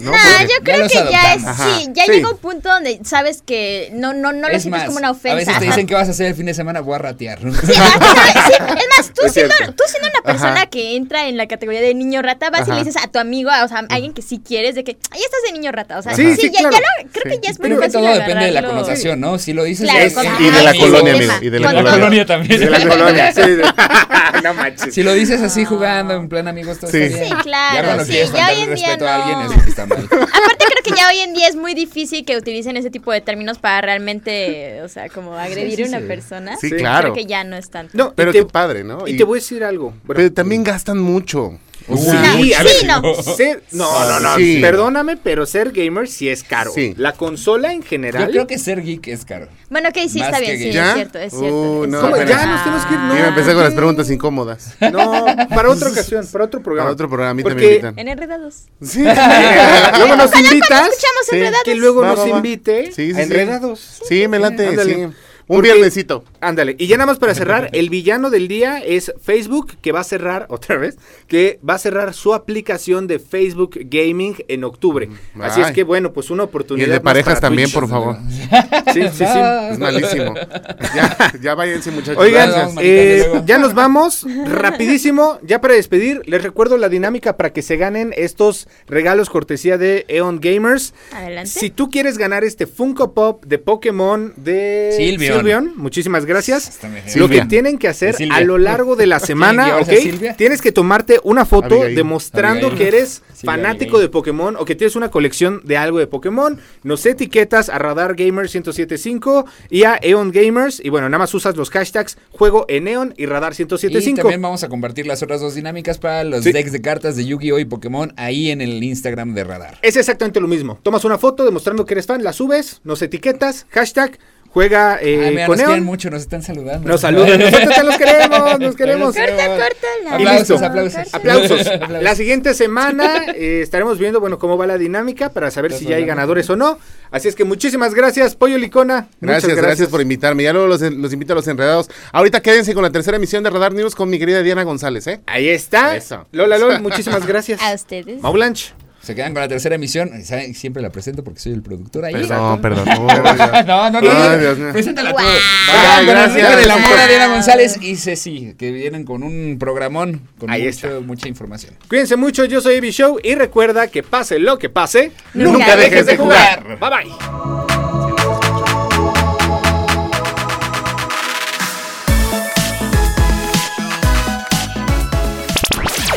Speaker 7: ¿no?
Speaker 4: No,
Speaker 7: Porque-
Speaker 4: Ah, yo creo
Speaker 6: los
Speaker 4: que ya es,
Speaker 6: adoptamos.
Speaker 4: sí, ya
Speaker 2: Ajá,
Speaker 4: llega
Speaker 2: sí.
Speaker 4: un punto donde sabes que no, no, no lo
Speaker 6: Es
Speaker 4: sientes
Speaker 6: más,
Speaker 4: como una ofensa.
Speaker 6: a veces te
Speaker 4: Ajá.
Speaker 6: dicen que vas a hacer el fin de semana, voy a ratear.
Speaker 4: Sí, ajá, sí, es más, tú
Speaker 2: Es
Speaker 4: siendo,
Speaker 2: cierto.
Speaker 4: tú siendo una persona
Speaker 7: Ajá.
Speaker 4: que entra en la categoría de niño rata, vas y
Speaker 7: Ajá.
Speaker 4: le dices a tu amigo, o sea, a alguien que sí quieres, de que ahí estás de niño rata. O sea,
Speaker 2: Sí, sí,
Speaker 4: ya, ya
Speaker 2: claro.
Speaker 4: lo- creo que ya es muy
Speaker 6: Creo que
Speaker 4: fácil
Speaker 6: todo depende de la
Speaker 4: agarrarlo.
Speaker 6: connotación, ¿no? Si lo dices...
Speaker 4: Claro,
Speaker 6: es-
Speaker 4: con-
Speaker 7: Y de la
Speaker 4: sí,
Speaker 7: colonia,
Speaker 4: tema.
Speaker 7: amigo. Y de la
Speaker 4: Con-
Speaker 7: colonia.
Speaker 6: también.
Speaker 2: De la colonia. Sí, sí. no manches.
Speaker 6: Si lo dices así jugando, en plan amigos, todo
Speaker 7: Sí.
Speaker 6: está bien.
Speaker 4: Ah. Sí, claro,
Speaker 6: Ya cuando
Speaker 4: sí,
Speaker 6: quieres
Speaker 4: ya
Speaker 6: faltarle
Speaker 4: hoy en día
Speaker 6: respeto a alguien
Speaker 4: no.
Speaker 6: es porque está mal.
Speaker 4: Aparte creo que ya hoy en día es muy difícil que utilicen ese tipo de términos para realmente, o sea, como agredir
Speaker 6: sí,
Speaker 4: a una
Speaker 6: sí.
Speaker 4: persona.
Speaker 7: Sí,
Speaker 2: Sí.
Speaker 7: claro.
Speaker 4: Creo que ya no es tanto.
Speaker 2: No,
Speaker 7: Pero
Speaker 2: y te,
Speaker 7: qué padre, ¿no?
Speaker 2: y te voy a decir algo. Bueno,
Speaker 7: Pero también gastan mucho.
Speaker 6: O
Speaker 2: Sí,
Speaker 6: sea,
Speaker 2: a ver,
Speaker 4: sí, no.
Speaker 2: ser- no, no, no.
Speaker 7: Sí.
Speaker 2: Perdóname, pero ser gamer sí es caro.
Speaker 7: Sí.
Speaker 2: La consola en general.
Speaker 6: Yo creo que ser geek es caro.
Speaker 4: Bueno, ok, sí,
Speaker 6: Más
Speaker 4: está
Speaker 6: que
Speaker 4: bien, sí,
Speaker 7: ¿Ya?
Speaker 4: es cierto, es cierto.
Speaker 7: Uh,
Speaker 4: es
Speaker 7: no,
Speaker 2: ¿Cómo?
Speaker 4: cierto.
Speaker 7: espera.
Speaker 2: Ya nos tenemos que ir.
Speaker 4: Ah.
Speaker 2: No,
Speaker 7: Y me empecé con las preguntas incómodas.
Speaker 2: No, para otra ocasión, para otro programa.
Speaker 7: Para otro programa a mí
Speaker 2: Porque-
Speaker 7: también me invitan.
Speaker 4: En Enredados.
Speaker 7: Sí.
Speaker 2: luego nos
Speaker 4: Ojalá cuando
Speaker 2: invitas.
Speaker 4: escuchamos
Speaker 7: Sí.
Speaker 4: Enredados.
Speaker 2: Que luego
Speaker 7: Va,
Speaker 2: nos
Speaker 7: va, va.
Speaker 2: invite
Speaker 7: Sí, sí,
Speaker 2: a
Speaker 7: sí.
Speaker 2: Enredados.
Speaker 7: Sí, me late.
Speaker 2: Ándale.
Speaker 7: sí. Un
Speaker 2: Porque- pues,
Speaker 7: viernesito.
Speaker 2: Ándale, y ya nada más para cerrar, el villano del día es Facebook, que va a cerrar, otra vez, que va a cerrar su aplicación de Facebook Gaming en octubre. Así es
Speaker 7: Mm, Ay.
Speaker 2: que, bueno, pues una
Speaker 7: Y
Speaker 2: oportunidad.
Speaker 7: el de
Speaker 2: más
Speaker 7: parejas
Speaker 2: para
Speaker 7: también,
Speaker 2: Twitch.
Speaker 7: por favor.
Speaker 2: Sí, sí, sí.
Speaker 6: Ah,
Speaker 7: Es malísimo. Ya, ya váyanse, muchachos.
Speaker 2: Oigan,
Speaker 6: Vamos,
Speaker 7: Gracias.
Speaker 6: manitas,
Speaker 2: eh,
Speaker 6: luego.
Speaker 2: ya nos vamos. Rapidísimo, ya para despedir, les recuerdo la dinámica para que se ganen estos regalos cortesía de Eon Gamers.
Speaker 3: Adelante.
Speaker 2: Si tú quieres ganar este Funko Pop de Pokémon de
Speaker 6: Silvion.
Speaker 2: muchísimas gracias.
Speaker 6: Está mejor.
Speaker 2: Lo que
Speaker 7: Silvia.
Speaker 2: tienen que hacer
Speaker 6: De Silvia.
Speaker 2: a lo largo de la semana,
Speaker 6: Silvia, o
Speaker 2: ¿ok?
Speaker 6: sea, Silvia.
Speaker 2: Tienes que tomarte una foto
Speaker 7: Abigail.
Speaker 2: demostrando
Speaker 6: Abigail.
Speaker 2: que eres
Speaker 6: Silvia,
Speaker 2: fanático
Speaker 6: Abigail.
Speaker 2: de Pokémon o que tienes una colección de algo de Pokémon. Nos etiquetas a Radar Gamer 1075 y a Eon Gamers. Y bueno, nada más usas los hashtags juego en Eon y Radar
Speaker 6: Y
Speaker 2: 1075.
Speaker 6: también vamos a compartir las otras dos dinámicas para los
Speaker 2: Sí.
Speaker 6: decks de cartas de Yu-Gi-Oh! y Pokémon ahí en el Instagram de Radar.
Speaker 2: Es exactamente lo mismo. Tomas una foto demostrando que eres fan, la subes, nos etiquetas, hashtag juega eh,
Speaker 6: Ah, mira,
Speaker 2: con
Speaker 6: nos quieren
Speaker 2: Eon.
Speaker 6: mucho, nos están saludando.
Speaker 2: Nos saludan, nosotros te los queremos, nos queremos.
Speaker 3: Corta, corta la-
Speaker 2: Aplausos,
Speaker 3: corta,
Speaker 6: aplausos.
Speaker 3: corta.
Speaker 2: Aplausos. La siguiente semana eh, estaremos viendo, bueno, cómo va la dinámica para saber si ya hay ganadores o no. Así es que muchísimas gracias, Pollo Licona. Muchas
Speaker 7: Gracias, gracias, por invitarme. Ya luego los, los invito a los enredados. Ahorita quédense con la tercera emisión de Radar News con mi querida Diana González, ¿eh?
Speaker 2: Ahí está.
Speaker 7: Eso.
Speaker 2: Lola Lol, muchísimas gracias.
Speaker 3: A ustedes.
Speaker 2: Mau Blanch.
Speaker 6: Se quedan con la tercera emisión. Y saben, Siempre la presento porque soy el productor ahí.
Speaker 7: Perdón, perdón.
Speaker 6: No, no, no.
Speaker 7: Ay,
Speaker 6: no.
Speaker 7: Dios mío.
Speaker 6: Preséntala tú.
Speaker 3: Guau.
Speaker 6: Vayan con
Speaker 7: gracias.
Speaker 6: Enrique de la Mora, Diana González y Ceci, que vienen con un programón con
Speaker 2: Ahí
Speaker 6: mucho-
Speaker 2: está.
Speaker 6: mucha información.
Speaker 2: Cuídense mucho, yo soy Evi Show y recuerda que pase lo que pase,
Speaker 3: Nunca dejes de
Speaker 2: jugar. Bye bye.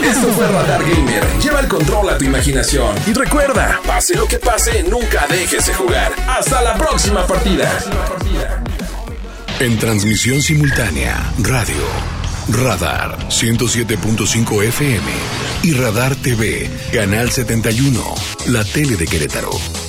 Speaker 8: Esto fue Radar Gamer. Lleva el control a tu imaginación. Y recuerda, pase lo que pase, nunca dejes de jugar. Hasta la próxima partida.
Speaker 1: En transmisión simultánea, radio, radar 107.5 FM y radar TV, canal 71, la tele de Querétaro.